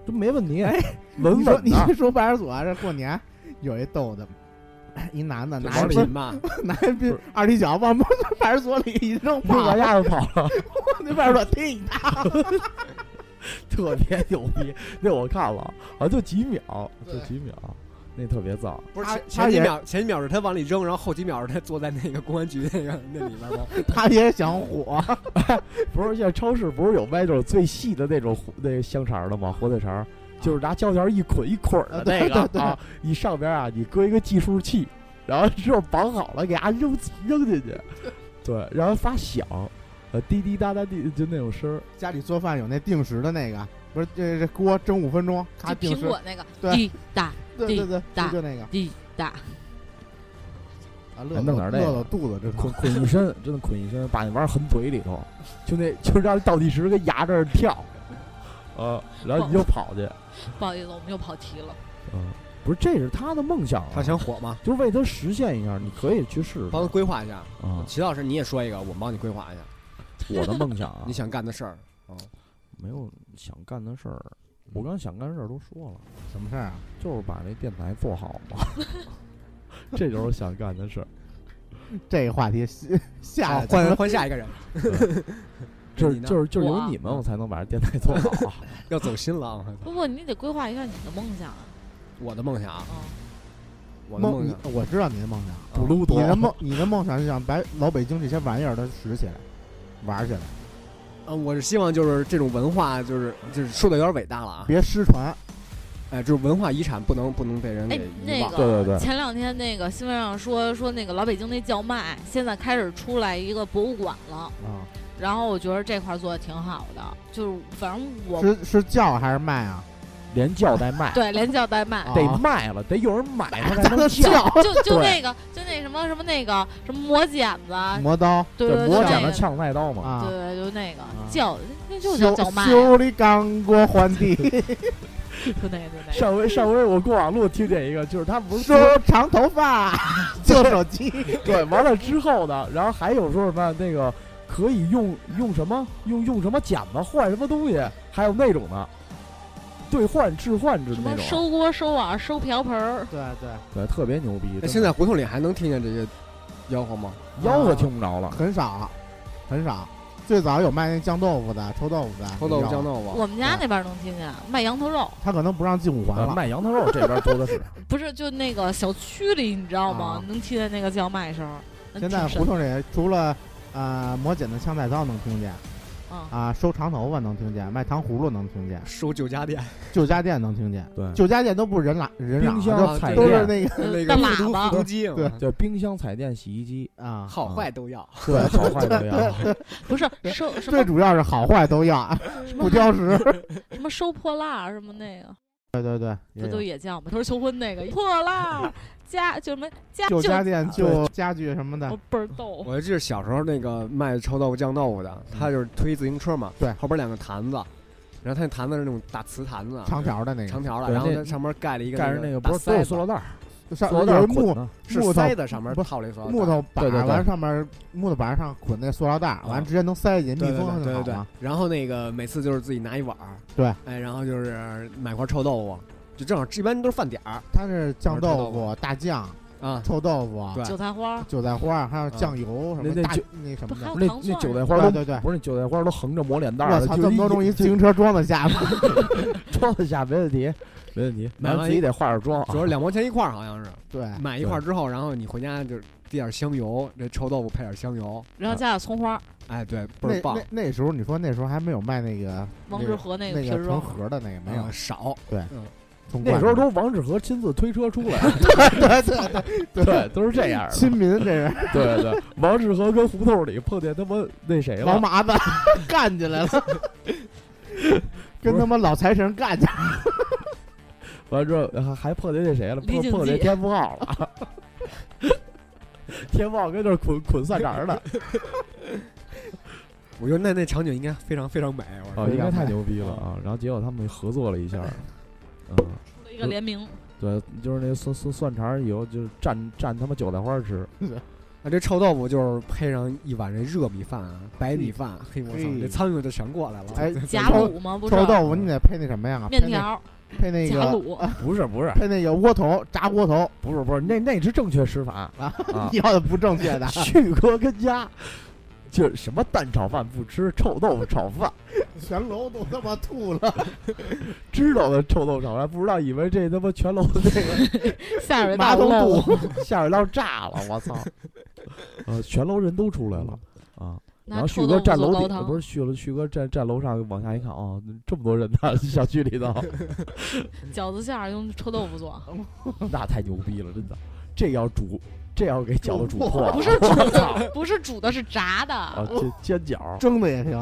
D: 这没问题，稳
G: 哎你说
D: 稳
G: 你
D: 的。
G: 说派出所啊这过年有一逗的，哎一男的
E: 就
G: 拿
E: 玩
G: 一
E: 品
G: 瓶
E: 嘛，
G: [laughs] 拿一瓶二踢脚往派出所里一扔，
D: 就
G: 啪
D: 往，丫头跑了，
G: 那派出所踢 [laughs] 你大。
D: 特别牛逼。那我看了，好像就几秒，就几秒，那特别燥。
E: [laughs] 不是
G: 他他
E: 前前几
G: 也
E: 秒前几秒是他往里扔，然后后几秒是他坐在那个公安局那个那里边儿。
G: 他也想火，
D: 不是，现在超市不是有卖那种最细的那种火那个香肠的吗？火腿肠，就是拿胶条一捆一捆的
G: 啊
D: 那
G: 对
D: 个
G: 对对
D: 啊，你上边啊，你搁一个计数器，然后之后绑好了，给它扔扔进去，对，然后发响，呃，滴滴答答滴，就那种声儿。
G: [laughs] 家里做饭有那定时的那个，不是这这锅蒸五分钟，
F: 就
G: 咔定
F: 苹
G: 时，
F: 果那个
G: 对
F: 滴答
G: 对对对，
F: 打
G: 就就那个
F: 滴答，
G: 啊，乐
D: 还弄点那
G: 乐
D: 个
G: 乐肚子真
D: 捆
G: 疼。
D: 捆一身，真的捆一身，把那玩意儿含嘴里头，就那就让倒计时跟牙这儿跳，呃，然后你就跑去，
F: 不好意思，我们又跑题了。
D: 嗯，不是，这是他的梦想、啊，
E: 他想火嘛，
D: 就是为他实现一下，你可以去试试
E: 帮他规划一下。
D: 啊，
E: 齐老师，你也说一个，我们帮你规划一下
D: 我的梦想啊，
E: [laughs] 你想干的事儿。
D: 没有想干的事儿，我刚想干的事儿都说了，
G: 什么事儿啊？
D: 就是把这电台做好
E: [laughs]
D: 嘛，这就是我想干的事儿。
G: 这个话题下下
E: 好
G: 一个
E: 换 [laughs] 换下一个人，
D: [laughs] 就
E: 你
D: 是
E: 呢
D: 就是就是
F: 我
D: 有
F: 啊
D: 你们，我才能把这电台做好。啊
E: [laughs] 要走心了啊。
F: 不不，你得规划一下你的梦想啊。
E: 我的梦想啊，
F: 嗯，
E: 我的梦
G: 你
E: 想，
G: 我知道你的梦想，
E: 布
D: 鲁
G: 你的梦，你的梦想是想把老北京这些玩意儿都拾起来，玩起来，
E: 嗯，我是希望就是这种文化，就是就是说的有点伟大了啊。
G: 别失传。
E: 哎，就是文化遗产不能不能被人给
F: 哎，
E: 遗
F: 那
E: 忘。
F: 个
D: 对对对
F: 前两天那个新闻上说说那个老北京那叫卖，现在开始出来一个博物馆了。
G: 啊，
F: 然后我觉得这块儿做的挺好的，就是反正我
G: 是是叫还是卖啊？
D: 连叫带卖，
F: 对连叫带卖，
G: 啊 [laughs]
D: 得卖了，得有人买它
E: [laughs]
D: 才能
F: 就
D: 叫。
F: 就
D: 对
F: 就那个就那什么什么那个什么磨剪子啊，
G: 磨刀
F: 对对对，
D: 我
F: 就
D: 讲
F: 那
D: 的
F: 个
D: 呛菜刀嘛，
G: 啊
F: 对，对，就那个叫那 [laughs] 就叫
G: 修
F: 叫卖啊，
G: 修理钢锅换地，
F: 就那个就那个。
D: 上回上回我过马路听见一个，就是他不是
G: 梳长头发，旧手机，
D: 对完了之后呢，然后还有说什么那个可以用用什么用用什么剪子换什么东西，还有那种的兑换置换之
F: 什
D: 那
F: 么
D: 种，啊
F: 收锅、收碗、收瓢盆儿，
G: 对对，
D: 对，特别牛逼。
E: 那
D: 真
E: 现
D: 的
E: 在胡同里还能听见这些吆喝吗？
D: 吆喝听不着了，
G: 很少，很少。最早有卖那酱豆腐的、臭豆腐的，
E: 臭豆腐
G: 有
E: 酱豆
D: 哦
E: 腐，
F: [laughs] 我们家那边儿能听见卖羊头肉，
G: 他可能不让进五环
D: 呃
G: 了。
D: 卖羊头肉这边多的
G: [laughs]
D: 是。
F: 不是就那个小区里，你知道吗
D: 哦
G: 啊？
F: 能听见那个叫卖声儿。那
G: 现在
F: 挺神
G: 胡同里除了呃磨剪子、枪菜刀能听见，
F: 啊，
G: 啊，收长头发能听见，卖糖葫芦能听见，
E: 收酒家
D: [laughs]
E: 店，
G: 旧家电能听见，
D: 对，
G: 旧家电都不是人嚷人嚷
D: 冰箱
G: 的，
D: 啊、彩
G: 都都是
D: 电，
G: 那个
E: [laughs] 那个
F: 嗯大喇
E: 复读
F: 叭
E: 复读机嘛，
G: 对
D: 就冰箱、彩电、洗衣
G: [laughs]
D: 机，
G: 啊，
E: 啊好坏都要。
D: 对，好坏都要。
F: 不是收什
G: 最
F: 么
G: 主要是好坏都要，
F: 什
G: 不
F: 么
G: 挑食。
F: 什么收破烂儿什么那个，
G: 对对对，啊也
F: 不
G: 有
F: 都也叫吗？都是求婚那个破烂儿家就什么家
G: 旧
F: 就哦
G: 家电、旧家具什么的
F: 我，倍儿逗。
E: 我记得小时候那个卖臭豆腐酱豆腐的，他就是推自行车嘛，
G: 对
E: 后边两个坛子，然后他那坛子是那种大瓷坛子，
G: 长条的那
E: 长
G: 个，
E: 条的，
D: 对
E: 然后
D: 那
E: 它上面盖了一个
D: 但是那
E: 那
D: 个
E: 大
D: 不是都
E: 塞
D: 是
E: 子
D: 塑料袋儿，
G: 上
D: 塑料袋
G: 有
D: 儿
G: 一
D: 捆
G: 木
D: 的，
E: 是
G: 木头
E: 塞子上面
G: 不
E: 套了一层
G: 木头板
D: 对对
G: 儿，
D: 对
G: 完上面木头板儿上捆那塑料袋儿，完直接能塞进去，
E: 啊对
G: 密
E: 对
G: 封
E: 对对
G: 上
E: 对
G: 就好了。。
E: 然后那个每次就是自己拿一碗儿，
G: 对，
E: 哎，然后就是买块臭豆腐，就正好一般都是饭点儿
G: 它是酱豆腐、大酱、
E: 啊。
G: 臭豆腐、
E: 对啊
F: 韭菜花儿
G: 韭菜花儿，还有酱油什
D: 那
G: 么
D: 那
G: 大
D: 韭
G: 那什
F: 不
G: 么
F: 还
G: 的
D: 那
F: 有。哦糖蒜
D: 那
F: 儿
D: 韭菜
F: 吗
D: 花都
G: 对对对，
D: 不是韭菜花都横着抹脸蛋儿
G: 我
D: 了，
G: 操，
D: 就
G: 这么多
D: 一
G: 东西，自
D: 就
G: 行车装得下吗？
D: [laughs] 装得下没问题，没问题。
E: 买
D: 咱
E: 完
D: 自己得化着妆
E: 主要
D: 啊，
E: 两毛钱一块儿，好像是
D: [laughs]
G: 对，
E: 买一块儿之后，然后你回家就是滴点香油，这臭豆腐配点香油，
F: 然后加点葱花，
E: 哎，对，倍
G: 那
E: 儿棒
G: 那，那时候你说那时候还没有卖那个
F: 王致和那
G: 那
F: 个皮
G: 个成
F: 肉，
G: 盒的那个没
E: 嗯
G: 有，
E: 少，
G: 从
D: 那
G: 罐
D: 时候
G: 头
D: 都王致和亲自推车出 [laughs] 来，
G: 对
D: [laughs]
G: 对对
D: 对，都是这样
G: 亲
D: 的。
G: 民这人，
D: 对对，王致和跟胡同里碰见他妈 [laughs] 那谁
G: 老
D: 了，
G: 麻子 [laughs] 干起来了，跟他妈老财神干起来了。
D: 完之后还还碰见那谁了，
F: 李
D: 碰
F: 景
D: 碰见
F: 记
D: 天不傲 [laughs] 了。天豹跟那儿捆捆蒜肠 [laughs] 呢，
E: 我觉得那那场景应该非常非常美，我
D: 啊，
G: 哦
E: 说
D: 应该太牛逼了啊！然后结果他们合作了一下， [laughs] 嗯，
F: 一个联名，
D: 对，就是那蒜蒜蒜肠以后就是蘸蘸他妈韭菜花吃，
E: 那这臭豆腐就是配上一碗这热米饭啊，白米饭，嘿，我操，
G: 嘿
E: 这苍蝇就全过来了，
G: 嗯哎，
F: 甲
G: 臭
F: 卤吗？不是
G: 臭豆腐你得配那什么呀？
F: 面条，
G: 配那配那
F: 甲
G: 个
F: 卤，
D: 不是不是
G: 配那个窝头炸窝头
D: 不是不是，那那是正确吃法
G: 啊！
D: 啊，
G: 要的不正确
D: [laughs]
G: 的
D: 旭哥跟家就是什么蛋炒饭不吃，臭豆腐炒饭，
G: 全楼都他妈吐了。
D: 知道的臭豆腐炒饭，不知道以为这他妈全楼的这个
F: 下水
G: 马
F: 道
G: 桶
F: 漏
G: 堵，
D: 下水道炸了，我 [laughs] 操！呃，全楼人都出来了啊。然
F: 拿
D: 后旭
F: 臭
D: 哥
F: 豆腐
D: 站
F: 做
D: 楼
F: 高
D: 顶，不
F: 汤，
D: 是旭了，旭哥站站楼上往下一看，哦，这么多人 [laughs] 呢，小区里头，
F: 饺子馅儿用臭豆腐做，
D: 那太牛逼了，真的，这要煮，这要给饺子煮破了，
F: 不是煮的， [laughs] 不是煮的，是炸
D: 啊，
F: 的，
D: 这煎
F: [laughs]
D: 饺，
G: 蒸的也行，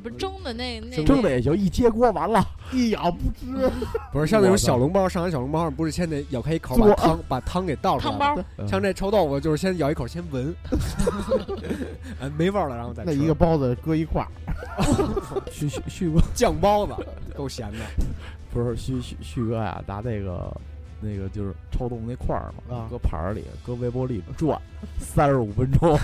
F: 不是蒸的那那
D: 蒸的也行，一揭锅完
F: [laughs]
D: 了，
G: 一咬不知。
E: 不是像那
D: 我
E: 种
D: 操
E: 小笼包，上海小笼包上不是先得咬开一口
G: 嘬
E: 把汤把汤给倒出来
F: 汤
E: 吗，
F: 包，
E: 像这臭豆腐就是先咬一口先闻， [laughs] 哎，没味儿了，然后再
G: 那
E: 吃
G: 一个包子搁一块儿，
D: 旭旭旭哥
E: 酱包子够咸的，
D: 不是旭旭旭哥呀，拿那个那个就是抽动那块儿嘛
G: 啊，
D: 搁盘儿里，搁微波里 [laughs] 转三十五分钟，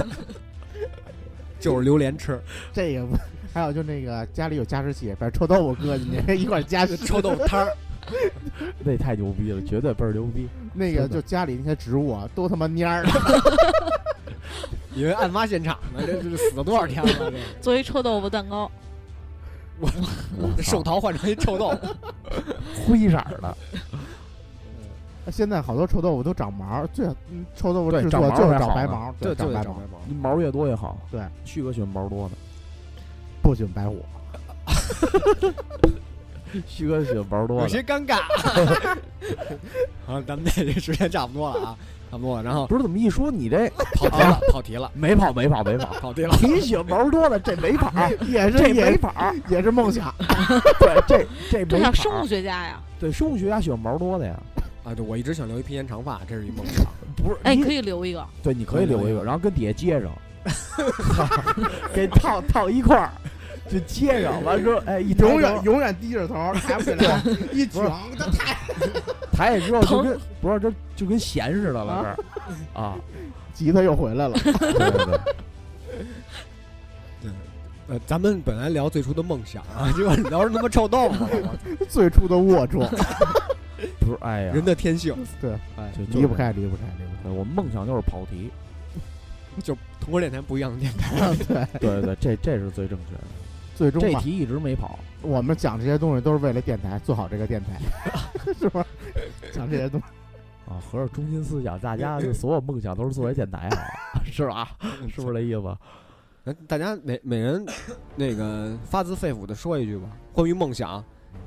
E: 就是榴莲吃，
G: 这个不还有就那个家里有加湿器，把臭豆腐搁进去 [laughs] 一块儿
D: [laughs]
G: 加湿。
E: 臭豆腐摊儿，
D: 那太牛逼了，绝对倍儿牛逼。
G: 那
D: 是的
G: 个就家里那些植物啊，都他妈蔫儿了。 [laughs]
E: 以为案发现场呢，这这死了多少天了？这
F: 做一臭豆腐蛋糕，
E: 这寿桃换成一臭豆腐，
D: 灰色儿的，
G: 现在好多臭豆腐都长毛，最嗯臭豆腐
D: 对
G: 制
D: 长
G: 作
D: 毛
G: 就是
D: 才
G: 长
D: 好
G: 白
D: 呢
G: 毛，
E: 对，
G: 长
E: 对
G: 白
E: 长
G: 毛
E: 白，毛。
D: 毛越多越好。
G: 对，
D: 旭哥喜欢毛多的，
G: 不喜欢白虎。
D: [laughs] 旭哥喜欢毛多
E: 有
D: 的。
E: 些尴尬。 [laughs] 好，咱们这个时间差不多 [laughs] 了啊，差不多了，然后
D: 不是怎么一说你 [laughs] 这
E: 跑题了，跑题了，
D: 没跑没跑没跑，
E: 跑题了。
D: 你喜欢毛多的这没跑，
G: 啊也是
D: 这没
G: 也
D: 跑，
G: 也是梦
D: [laughs]
G: 想。
D: 对啊这这
F: 这
D: 没
F: 像
D: 跑。
F: 生物学家呀，
D: 对生物学家喜欢毛多的呀，
E: 啊，对，我一直想留一披肩长发，这是一梦 [laughs] 想。
D: 不是
F: 哎，
D: 你
F: 可以留一个，
D: 对，你可以留一个，然后跟底下接 [laughs] 上，给套套一块儿，就接上。完 [laughs] 之后，哎，一抬
G: 永
D: 头
G: 远永远低着头，
D: [laughs]
G: 抬不起来，一卷他太
D: 抬起之后就跟不是这就跟弦似的了，这儿啊，
G: 吉他又回来
D: [laughs]
G: 了。
D: 对对对，
E: 呃，咱们本来聊最初的梦想 [laughs] 啊，结果聊成他妈臭豆腐了，我啊操
G: 最初的龌龊，
D: 不是哎呀，
E: 人的天性哎
G: 对，
D: 就
G: 离不。开，离不开，离不
D: 就对我们梦想就是跑题，
E: 就同国电台不一样的电台。
G: [laughs]
D: 对对对， [laughs] 这这是最正确的。
G: 开。最终
D: 这
G: 吧，
D: 题一直没跑，
G: 我们讲这些东西都是为了电台做好这个
D: [laughs]
G: 电台， [laughs] 是吧？讲这些东西，
D: 啊，合着中心思想，大家的所有梦想都是作为电台啊， [laughs] 是吧？是不是这意 [laughs] 思？
E: 那大家每每人那个发自肺腑的说一句 [laughs] 吧，关于梦想，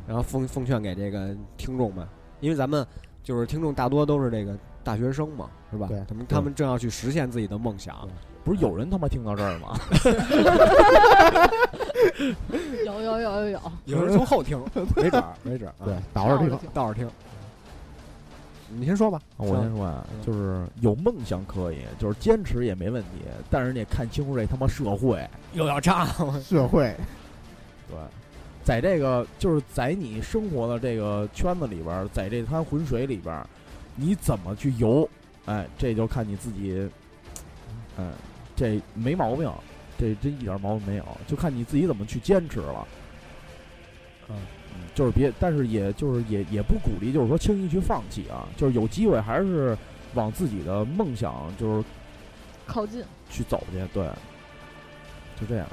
E: 然后奉奉劝给这个听众们，因为咱们就是听众大多都是这个大学生嘛，是吧？
G: 对
E: 他们他们正要去实现自己的梦想，
D: 不是有人他妈听到这儿吗？
F: 有有有有有，
E: 有人从 [laughs] 后听，没准儿没准儿，
G: 对
E: 啊，，
G: 倒着
F: 倒着
G: 听
F: 听。
E: 倒着听。你先说吧，
D: 我先说啊，就是有梦想可以，就是坚持也没问题，但是你得看清楚这他妈社会。
E: 又要炸，
G: 社会
D: 对，在这个就是在你生活的这个圈子里边儿，在这滩浑水里边儿，你怎么去游？哎，这就看你自己，哎，这没毛病，这真一点毛病没有，就看你自己怎么去坚持了。
E: 嗯
D: 嗯，就是别，但是也就是也也不鼓励，就是说轻易去放弃啊，就是有机会还是往自己的梦想就是
F: 靠近，
D: 去走去，对，就这样。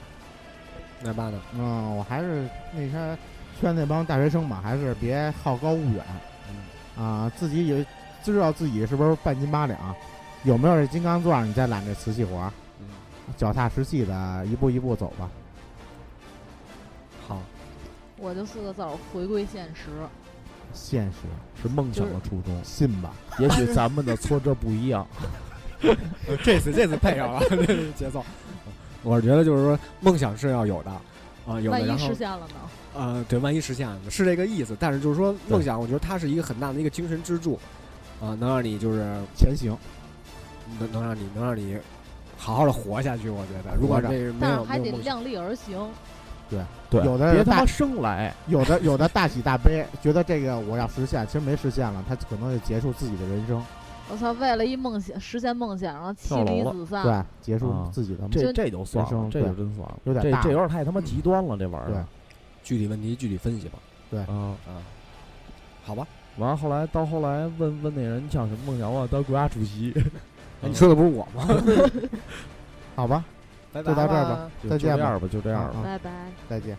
E: 奶爸呢？
G: 嗯，我还是那天劝那帮大学生嘛，还是
D: 嗯
G: 别好高骛远，啊，自己也知道自己是不是半斤八两，有没有这金刚钻，你再揽这瓷器活儿
E: 嗯，
G: 脚踏实地的一步一步走吧。
E: 好，
F: 我就四个字儿：回归现实。
G: 现实，
D: 是梦想的初衷。
G: 信吧，
D: 也许咱们的挫折不一样，
E: [laughs] 这次这次配上了 [laughs] 这次节奏。我是觉得就是说，梦想是要有的，啊，有
F: 万
E: 的，
F: 一
E: 然后
F: 实现了呢？
E: 呃，对，万一实现了是这个意思，但是就是说，梦想，我觉得它是一个很大的一个精神支柱，啊，能让你就是
G: 前行。
E: 能能让你能让你好好的活下去。我觉得，如果
G: 活着
E: 这是没
F: 但是
E: 有
F: 还
E: 没
F: 得
E: 有梦想，
F: 量力而行。
D: [laughs] 对，
G: 有的
D: 别他
G: 大
D: 妈生来，
G: 有的有的大喜大悲，觉得这个我要实现，其实没实现了，他可能就结束自己的人生，
F: 我操，为了一梦想实现梦想，然后妻
D: 跳楼
F: 离
D: 了
F: 子散。
G: 对，结束
D: 啊
G: 自己的
D: 这
F: 就
D: 这就算
G: 人
D: 了，
G: 生
D: 这就
G: 对
D: 真算了，嗯
G: 有点
D: 这
G: 大
D: 这有点太他妈极端了，这玩意
G: 对
D: 儿。
E: 具体问题具体分析吧，
D: 啊，
E: 啊，好吧。
D: 完了后来到后来问问那人你想什么梦想？我想当国家主席。 [laughs]
E: 你说的不是我吗？
G: 好吧，
E: 拜
G: 就到这儿吧
E: 啦
D: 就
G: 再
D: 就
G: 见
D: 这样吧，就这样吧。
G: 啊
F: 拜拜。
G: 再见。